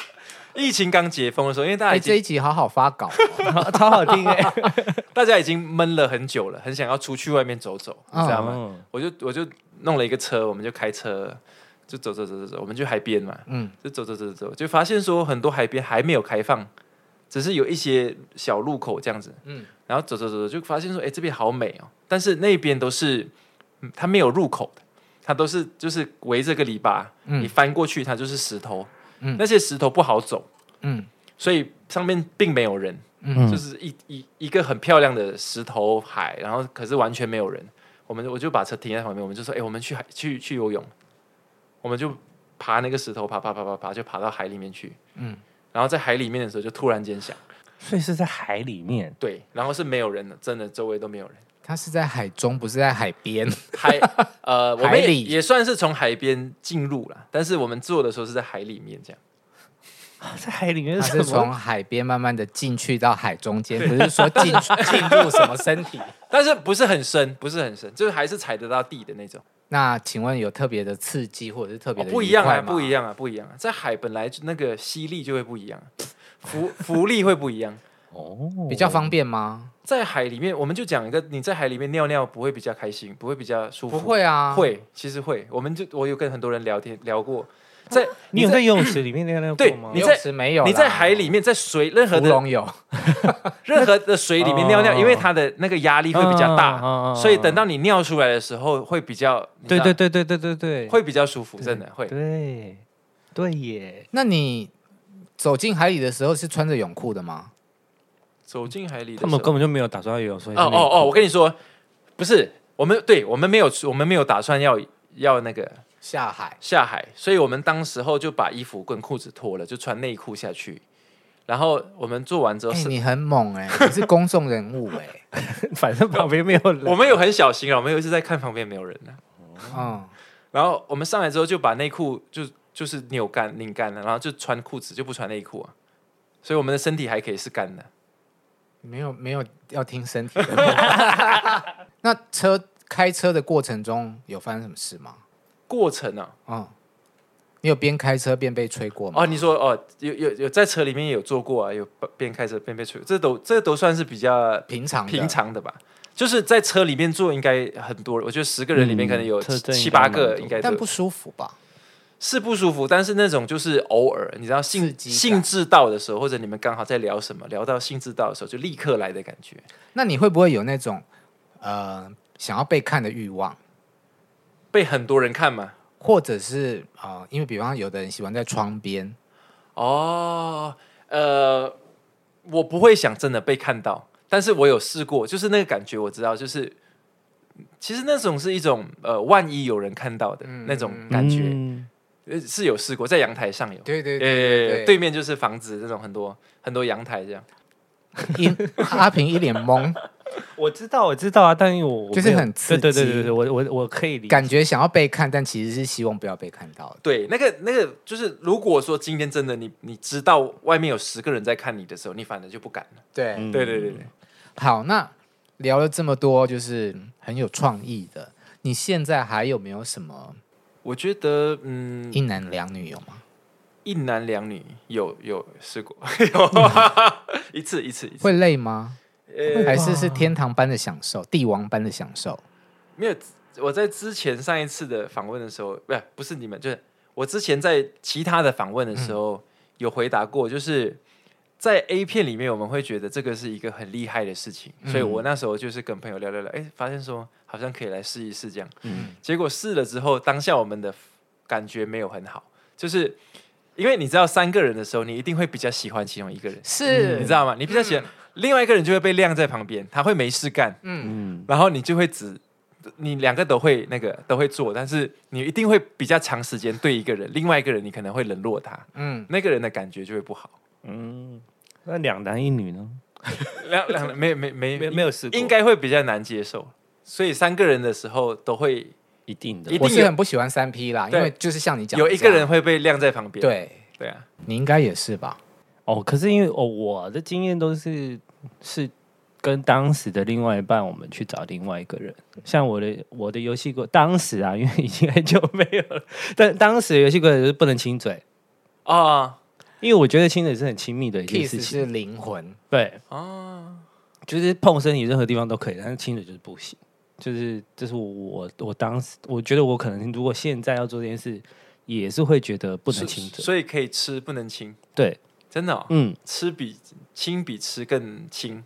Speaker 3: 疫情刚解封的时候，因为大家
Speaker 1: 哎，
Speaker 3: 已
Speaker 1: 这
Speaker 3: 经、
Speaker 1: 一集好好发 稿哦
Speaker 2: 超好听 哎！
Speaker 3: 大家已经闷了很久了，很想要出去外面走走，你知道吗？
Speaker 2: 嗯
Speaker 3: 我就我就弄了一个车，我们就开车就走走走走走，我们去海边嘛。
Speaker 1: 嗯，
Speaker 3: 就走走走走，就发现说很多海边还没有开放，只是有一些小路口这样子。
Speaker 1: 嗯
Speaker 3: 嗯，然后走走走走，就发现说，哎，这边好美哦，但是那边都是，嗯它没有入口的，它都是就是围着个篱笆，
Speaker 1: 嗯
Speaker 3: 你翻过去它就是石头，
Speaker 1: 嗯
Speaker 3: 那些石头不好走，
Speaker 1: 嗯
Speaker 3: 所以上面并没有人，
Speaker 1: 嗯
Speaker 3: 就是一一一个很漂亮的石头海，然后可是完全没有人。我们我就把车停在旁边，我们就说，哎、我们去海去去游泳，我们就爬那个石头，爬爬爬爬爬，就爬到海里面去。
Speaker 1: 嗯
Speaker 3: 嗯，然后在海里面的时候，就突然间想，
Speaker 2: 所以是在海里面，
Speaker 3: 对，然后是没有人的，真的周围都没有人。
Speaker 1: 它是在海中，不是在海 边。
Speaker 3: 海呃，我
Speaker 1: 海
Speaker 3: 们也
Speaker 1: 里
Speaker 3: 也算是从海边进入了，但是我们做的时候是在海里面这样。
Speaker 2: 在海里面
Speaker 1: 它
Speaker 2: 是
Speaker 1: 是
Speaker 2: 什么
Speaker 1: 从？海边慢慢的进去到海中间，不是说进 进入什么身体。
Speaker 3: 但是不是很深，不是很深，就是还是踩得到地的那种。
Speaker 1: 那请问有特别的刺激或者是特别
Speaker 3: 哦、
Speaker 1: 的、
Speaker 3: 不一样啊，不一
Speaker 1: 样。
Speaker 3: 样啊，不一样啊！在海本来就那个吸力就会不一样，啊 浮浮力会不一样。
Speaker 2: 哦，
Speaker 1: 比较方便吗？
Speaker 3: 在海里面，我们就讲一个，你在海里面尿尿不会比较开心，不会比较舒服，
Speaker 1: 不、会啊，
Speaker 3: 会，其实会。我们就我有跟很多人聊天聊 过，在
Speaker 2: 你有在游泳池里面那个
Speaker 3: 对
Speaker 2: 过吗
Speaker 3: 你？
Speaker 1: 游
Speaker 3: 在
Speaker 1: 泳池
Speaker 2: 啊
Speaker 1: 没有啦，
Speaker 3: 你在海里面，在水任何
Speaker 1: 芙
Speaker 3: 的
Speaker 1: 蓉有，
Speaker 3: 任何的水里面尿尿，因为它的那个压力会比较
Speaker 2: 哦嗯嗯嗯
Speaker 3: 大，
Speaker 2: 嗯
Speaker 3: 所以等到你尿出来的时候会比较，你知
Speaker 2: 对
Speaker 3: 道
Speaker 2: 对对对对对对，
Speaker 3: 会比较舒服，真的会。
Speaker 2: 对对耶，
Speaker 1: 那你走进海里的时候是穿着泳裤的吗？
Speaker 3: 走进海里的时
Speaker 2: 他
Speaker 3: 候，
Speaker 2: 们根本就没有打算要游泳，所以
Speaker 3: 哦哦哦，我跟你说，不是我们，对我们没有，我们没有打算要要那个
Speaker 1: 下海，
Speaker 3: 下海，所以我们当时候就把衣服跟裤子脱了，就穿内裤下去。然后我们做完之后
Speaker 1: 哎、
Speaker 3: 是，
Speaker 1: 你很猛哎、你是公众人物 哎、
Speaker 2: 你 反正旁边没有人，
Speaker 3: 我们有很小心啊，我们有一直在看旁边没有人呢、
Speaker 1: 嗯，
Speaker 3: 然后我们上来之后就把内裤就就是扭干拧干了，然后就穿裤子就不穿内裤啊，所以我们的身体还可以是干的。
Speaker 1: 没有没有要听身体的。 那车开车的过程中有发生什么事吗？
Speaker 3: 过程啊，
Speaker 1: 嗯，你有边开车边被吹过吗？
Speaker 3: 哦，你说哦，有有有在车里面也有坐过啊，有边开车边被吹，这都这都算是比较
Speaker 1: 平常的
Speaker 3: 平常的吧。就是在车里面坐，应该很多人，我觉得十个人里面
Speaker 2: 嗯
Speaker 3: 可能有
Speaker 2: 车
Speaker 3: 七
Speaker 2: 震
Speaker 3: 七
Speaker 2: 应该
Speaker 3: 八
Speaker 2: 蛮
Speaker 3: 个
Speaker 2: 多
Speaker 3: 应该都
Speaker 1: 但不舒服吧？
Speaker 3: 是不舒服，但是那种就是偶尔，你知道
Speaker 1: 刺
Speaker 3: 兴
Speaker 1: 激感
Speaker 3: 兴致到的时候，或者你们刚好在聊什么，聊到兴致到的时候，就立刻来的感觉。
Speaker 1: 那你会不会有那种呃想要被看的欲望，
Speaker 3: 被很多人看嘛，
Speaker 1: 或者是呃，因为比方有的人喜欢在窗边，
Speaker 3: 哦，呃，我不会想真的被看到，但是我有试过，就是那个感觉我知道，就是其实那种是一种呃，万一有人看到的、
Speaker 1: 嗯
Speaker 3: 那种感觉，
Speaker 2: 嗯
Speaker 3: 呃是有试过，在阳台上有，
Speaker 1: 对对
Speaker 3: 呃，
Speaker 1: 对
Speaker 3: 对面就是房子那种很多很多阳台这样，
Speaker 1: 一阿平一脸懵，
Speaker 2: 我知道，我知道啊，但因为我我
Speaker 1: 就是
Speaker 2: 没有
Speaker 1: 很刺
Speaker 2: 对对
Speaker 1: 激
Speaker 2: 对对对，我我我可以理解。
Speaker 1: 感觉想要被看，但其实是希望不要被看到的。
Speaker 3: 对，那个那个就是，如果说今天真的你你知道外面有十个人在看你的时候，你反而就不敢了。
Speaker 1: 对
Speaker 2: 嗯
Speaker 3: 对对对对，
Speaker 1: 好，那聊了这么多，就是很有创意的。你现在还有没有什么
Speaker 3: 我觉得嗯，
Speaker 1: 一男两女有吗？
Speaker 3: 一男两女有有试 过，有 一次一次一次，
Speaker 1: 会累吗？
Speaker 3: 呃，
Speaker 1: 还是是天堂般的享受，帝王般的享受？
Speaker 3: 没有。我在之前上一次的访问的时候，不是不是你们，就是我之前在其他的访问的时候、有回答过，就是在 A 片里面我们会觉得这个是一个很厉害的事情，所以我那时候就是跟朋友聊聊聊，哎，发现说好像可以来试一试这样。
Speaker 2: 嗯
Speaker 3: 结果试了之后，当下我们的感觉没有很好，就是因为你知道三个人的时候，你一定会比较喜欢其中一个人，
Speaker 1: 是，
Speaker 3: 你知道吗？你比较喜欢、另外一个人就会被晾在旁边，他会没事干，
Speaker 1: 嗯，
Speaker 2: 嗯，
Speaker 3: 然后你就会只你两个都会那个都会做，但是你一定会比较长时间对一个人，另外一个人你可能会冷落他，
Speaker 1: 嗯
Speaker 3: 那个人的感觉就会不好。
Speaker 2: 嗯，那两男一女呢？
Speaker 3: 两两没没没
Speaker 2: 没没有试过
Speaker 3: 应该会比较难接受，所以三个人的时候都会
Speaker 2: 一定的
Speaker 3: 一定
Speaker 1: 我是
Speaker 3: 有
Speaker 1: 很不喜欢三 P 啦，因
Speaker 3: 对
Speaker 1: 为就是像你讲的
Speaker 3: 有
Speaker 1: 这样，
Speaker 3: 一个人会被晾在旁边。
Speaker 1: 对
Speaker 3: 对啊，
Speaker 1: 你应该也是吧？
Speaker 2: 哦。可是因为哦，我的经验都是是跟当时的另外一半，我们去找另外一个人。像我的我的游戏规，当时啊，因为已经很久没有了，但当时的游戏规则就是不能亲嘴，
Speaker 3: 啊、
Speaker 2: 因为我觉得亲嘴是很亲密的一件
Speaker 1: kiss
Speaker 2: 事
Speaker 1: 是
Speaker 2: 情。
Speaker 1: 灵魂，
Speaker 2: 对，
Speaker 3: 哦，
Speaker 2: 就是碰身体任何地方都可以，但是亲嘴就是不行。就是这是我我我当时我觉得我可能如果现在要做这件事，也是会觉得不能亲
Speaker 3: 所
Speaker 2: 嘴。
Speaker 3: 所以可以吃不能亲，
Speaker 2: 对，
Speaker 3: 真的、哦，
Speaker 2: 嗯，
Speaker 3: 吃比亲比吃更轻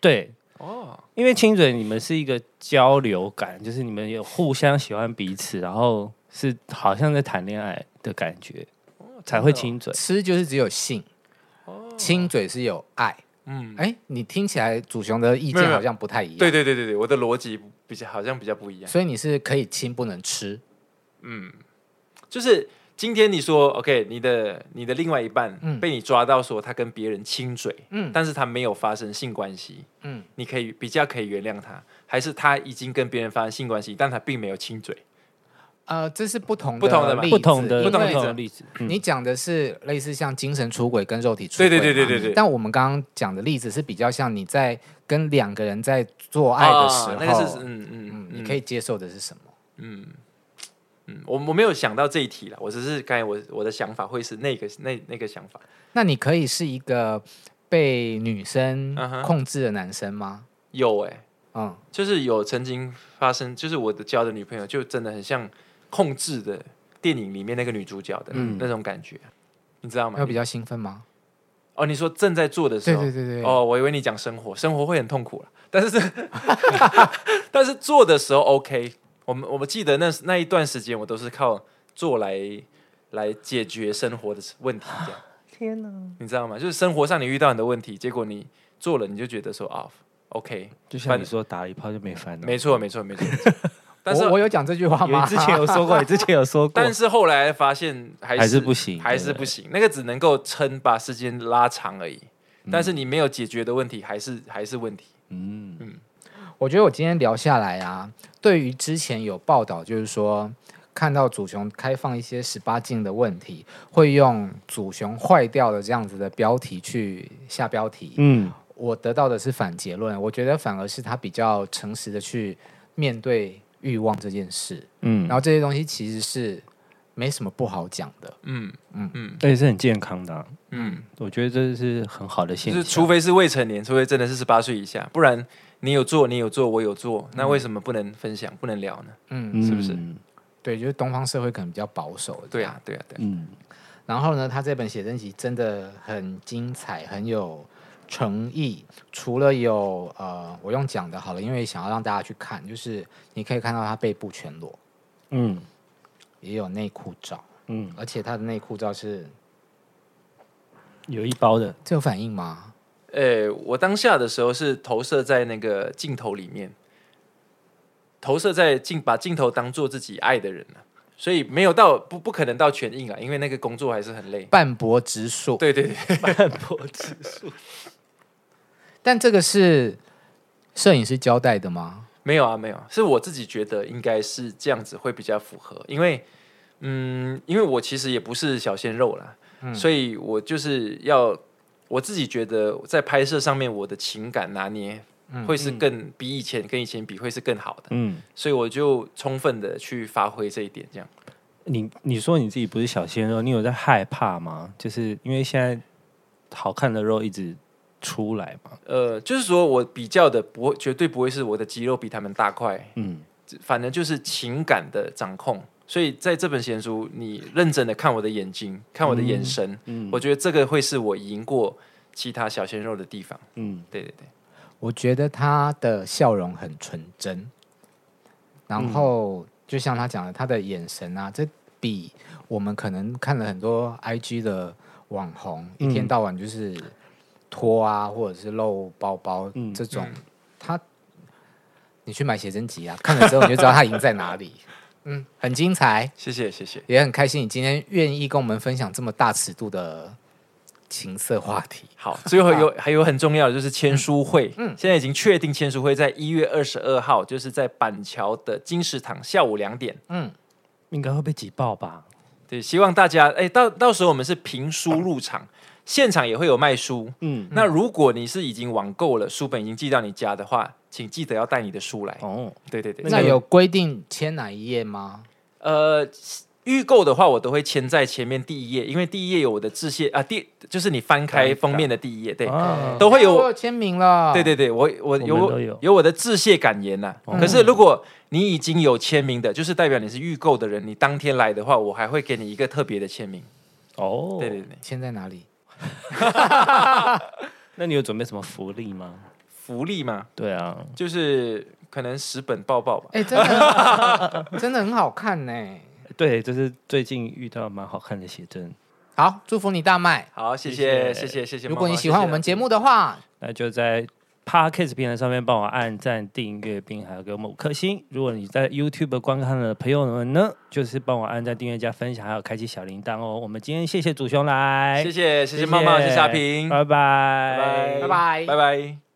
Speaker 2: 对，
Speaker 3: 哦，
Speaker 2: 因为亲嘴你们是一个交流感，就是你们有互相喜欢彼此，然后是好像在谈恋爱的感觉，才会亲嘴。
Speaker 1: 吃就是只有性，亲嘴是有爱。
Speaker 3: 哦嗯，
Speaker 1: 哎，你听起来祖雄的意
Speaker 3: 没有
Speaker 1: 见
Speaker 3: 没有
Speaker 1: 好像不太一样，
Speaker 3: 对对对对对，我的逻辑比较好像比较不一样，
Speaker 1: 所以你是可以亲不能吃，
Speaker 3: 就是今天你说 OK，你的你的另外一半
Speaker 1: 嗯
Speaker 3: 被你抓到说他跟别人亲嘴，
Speaker 1: 嗯
Speaker 3: 但是他没有发生性关系，
Speaker 1: 嗯，
Speaker 3: 你可以比较可以原谅他，还是他已经跟别人发生性关系，但他并没有亲嘴，
Speaker 1: 呃，这是不同的
Speaker 3: 不同的嘛
Speaker 1: 例子
Speaker 2: 不同的
Speaker 1: 因为
Speaker 3: 不同的例子
Speaker 2: 例子，嗯
Speaker 1: 你讲的是类似像精神出轨跟肉体出轨嘛，
Speaker 3: 嗯对对对对对对
Speaker 1: 但我们刚刚讲的例子是比较像你在跟两个人在做哦爱的时候，
Speaker 3: 啊那个是嗯嗯
Speaker 1: 嗯
Speaker 3: 嗯，，
Speaker 1: 你可以接受的是什么？
Speaker 3: 嗯，嗯，我我没有想到这一题了，我只是刚才我我的想法会是那个那那个想法，
Speaker 1: 那你可以是一个被女生
Speaker 3: 嗯哼
Speaker 1: 控制的男生吗？
Speaker 3: 有哎、
Speaker 1: 嗯，
Speaker 3: 就是有曾经发生，就是我的交的女朋友就真的很像控制的电影里面那个女主角的
Speaker 2: 嗯
Speaker 3: 那种感觉，你知道吗
Speaker 1: 会？比较兴奋吗？
Speaker 3: 哦，你说正在做的时
Speaker 1: 对
Speaker 3: 候，
Speaker 1: 对对对，
Speaker 3: 哦，我以为你讲生活，生活会很痛苦了，但是 但是做的时候 OK，我们我们记得那那一段时间我都是靠做来来解决生活的问题这样。
Speaker 1: 啊
Speaker 2: 天哪，
Speaker 3: 你知道吗？就是生活上你遇到很多问题，结果你做了，你就觉得说啊，OK，
Speaker 2: 就像你说打了一炮就没烦恼。
Speaker 3: 没错，没错，没错。没错但是
Speaker 1: 我我有讲这句话
Speaker 2: 因为
Speaker 1: 吗？
Speaker 2: 之前有 说过，你之前有说过，
Speaker 3: 但是后来发现还是
Speaker 2: 还是不行
Speaker 3: 还是不行，那个只能够撑，把时间拉长而已。但是你没有解决的问题，还是还是问题。
Speaker 2: 嗯，
Speaker 1: 我觉得我今天聊下来啊，对于之前有报道，就是说看到祖雄开放一些十八禁的问题，会用“祖雄坏掉了”这样子的标题去下标题。
Speaker 2: 嗯，
Speaker 1: 我得到的是反结论，我觉得反而是他比较诚实的去面对欲望这件事，
Speaker 2: 嗯，
Speaker 1: 然后这些东西其实是没什么不好讲的。
Speaker 3: 嗯嗯嗯
Speaker 2: 那也是很健康的啊、
Speaker 3: 嗯，
Speaker 2: 我觉得这是很好的现
Speaker 3: 就
Speaker 2: 象。
Speaker 3: 是除非是未成年，除非真的是十八岁以下，不然你有做，你有做，我有做，那为什么不能分享，不能聊呢？
Speaker 1: 嗯，
Speaker 2: 嗯
Speaker 3: 是不是？
Speaker 1: 对，就是东方社会可能比较保守。
Speaker 3: 对啊，对啊，对啊。
Speaker 2: 嗯，
Speaker 1: 然后呢，他这本写真集真的很精彩，很有诚意。除了有呃，我用讲的好了，因为想要让大家去看，就是你可以看到他背部全裸，
Speaker 2: 嗯
Speaker 1: 也有内裤照，
Speaker 2: 嗯，
Speaker 1: 而且他的内裤照是
Speaker 2: 有一包的，
Speaker 1: 这有反应吗？
Speaker 3: 呃，我当下的时候是投射在那个镜头里面，投射在镜，把镜头当做自己爱的人了、啊所以没有到不不可能到全硬啊，因为那个工作还是很累。
Speaker 1: 半薄直树。
Speaker 3: 对对对，
Speaker 2: 半坡指数。
Speaker 1: 但这个是摄影师交代的吗？
Speaker 3: 没有啊，没有啊，是我自己觉得应该是这样子会比较符合，因为嗯，因为我其实也不是小鲜肉啦，所以我就是要我自己觉得在拍摄上面我的情感拿捏会是更比以前跟以前比会是更好的，
Speaker 2: 嗯，
Speaker 3: 所以我就充分的去发挥这一点，这样。
Speaker 2: 你你说你自己不是小鲜肉，你有在害怕吗？就是因为现在好看的肉一直出来嘛，
Speaker 3: 呃，就是说我比较的不会，绝对不会是我的肌肉比他们大块，
Speaker 2: 嗯，
Speaker 3: 反正就是情感的掌控。所以在这本闲书，你认真的看我的眼睛，看我的眼神，我觉得这个会是我赢过其他小鲜肉的地方。
Speaker 2: 嗯，
Speaker 3: 对对对，
Speaker 1: 我觉得他的笑容很纯真，然后就像他讲的，他的眼神啊，这比我们可能看了很多 IG 的网红，
Speaker 2: 嗯
Speaker 1: 一天到晚就是脱啊，或者是露包包、
Speaker 2: 嗯
Speaker 1: 这种，他你去买写真集啊，看了之后你就知道他赢在哪 里。嗯，很精彩，
Speaker 3: 谢谢谢谢。
Speaker 1: 也很开心你今天愿意跟我们分享这么大尺度的情色话题。
Speaker 3: 好，嗯最后有还有很重要的就是签书会，现在已经确定签书会在一月二十二号，就是在板桥的金石堂下午两点。
Speaker 2: 应该会被挤爆吧？
Speaker 3: 对，希望大家哎，到到时候我们是评书入场，现场也会有卖书，
Speaker 2: 嗯，
Speaker 3: 那如果你是已经网购了，书本已经寄到你家的话，请记得要带你的书来。
Speaker 2: 哦，
Speaker 3: 对对对，
Speaker 1: 那
Speaker 3: 这个
Speaker 1: 有规定签哪一页吗？
Speaker 3: 呃，预购的话，我都会签在前面第一页，因为第一页有我的致谢啊，第就是你翻开封面的第一页，对，
Speaker 2: 啊
Speaker 3: 都会有
Speaker 1: 哎我签名了。
Speaker 3: 对对对，我我
Speaker 2: 们
Speaker 3: 有
Speaker 2: 都有
Speaker 3: 有我的致谢感言呐、
Speaker 2: 哦
Speaker 3: 可是如果你已经有签名的，就是代表你是预购的人，你当天来的话，我还会给你一个特别的签名。
Speaker 2: 哦，
Speaker 3: 对对对，
Speaker 1: 签在哪里？
Speaker 2: 那你有准备什么福利吗？
Speaker 3: 福利嘛，
Speaker 2: 对啊，
Speaker 3: 就是可能十本抱抱吧。
Speaker 1: 哎、真的真的很好看呢。
Speaker 2: 对，就是最近遇到蛮好看的写真，
Speaker 1: 好，祝福你大卖。
Speaker 3: 好，谢谢
Speaker 2: 谢谢
Speaker 3: 谢谢谢谢。
Speaker 1: 如果
Speaker 3: 猫
Speaker 1: 你
Speaker 3: 猫
Speaker 1: 喜欢我们节，目的话，
Speaker 2: 那就在 Podcast 平台上面帮我按赞、订阅，并还有给我们五颗星。如果你在 YouTube 观看的朋友们呢，就是帮我按赞、订阅、加分享，还有开启小铃铛哦。我们今天谢谢祖兄来，
Speaker 3: 谢谢谢谢谢谢猫猫，谢谢阿平，
Speaker 2: 拜拜，
Speaker 3: 拜
Speaker 1: 拜拜
Speaker 3: 拜拜。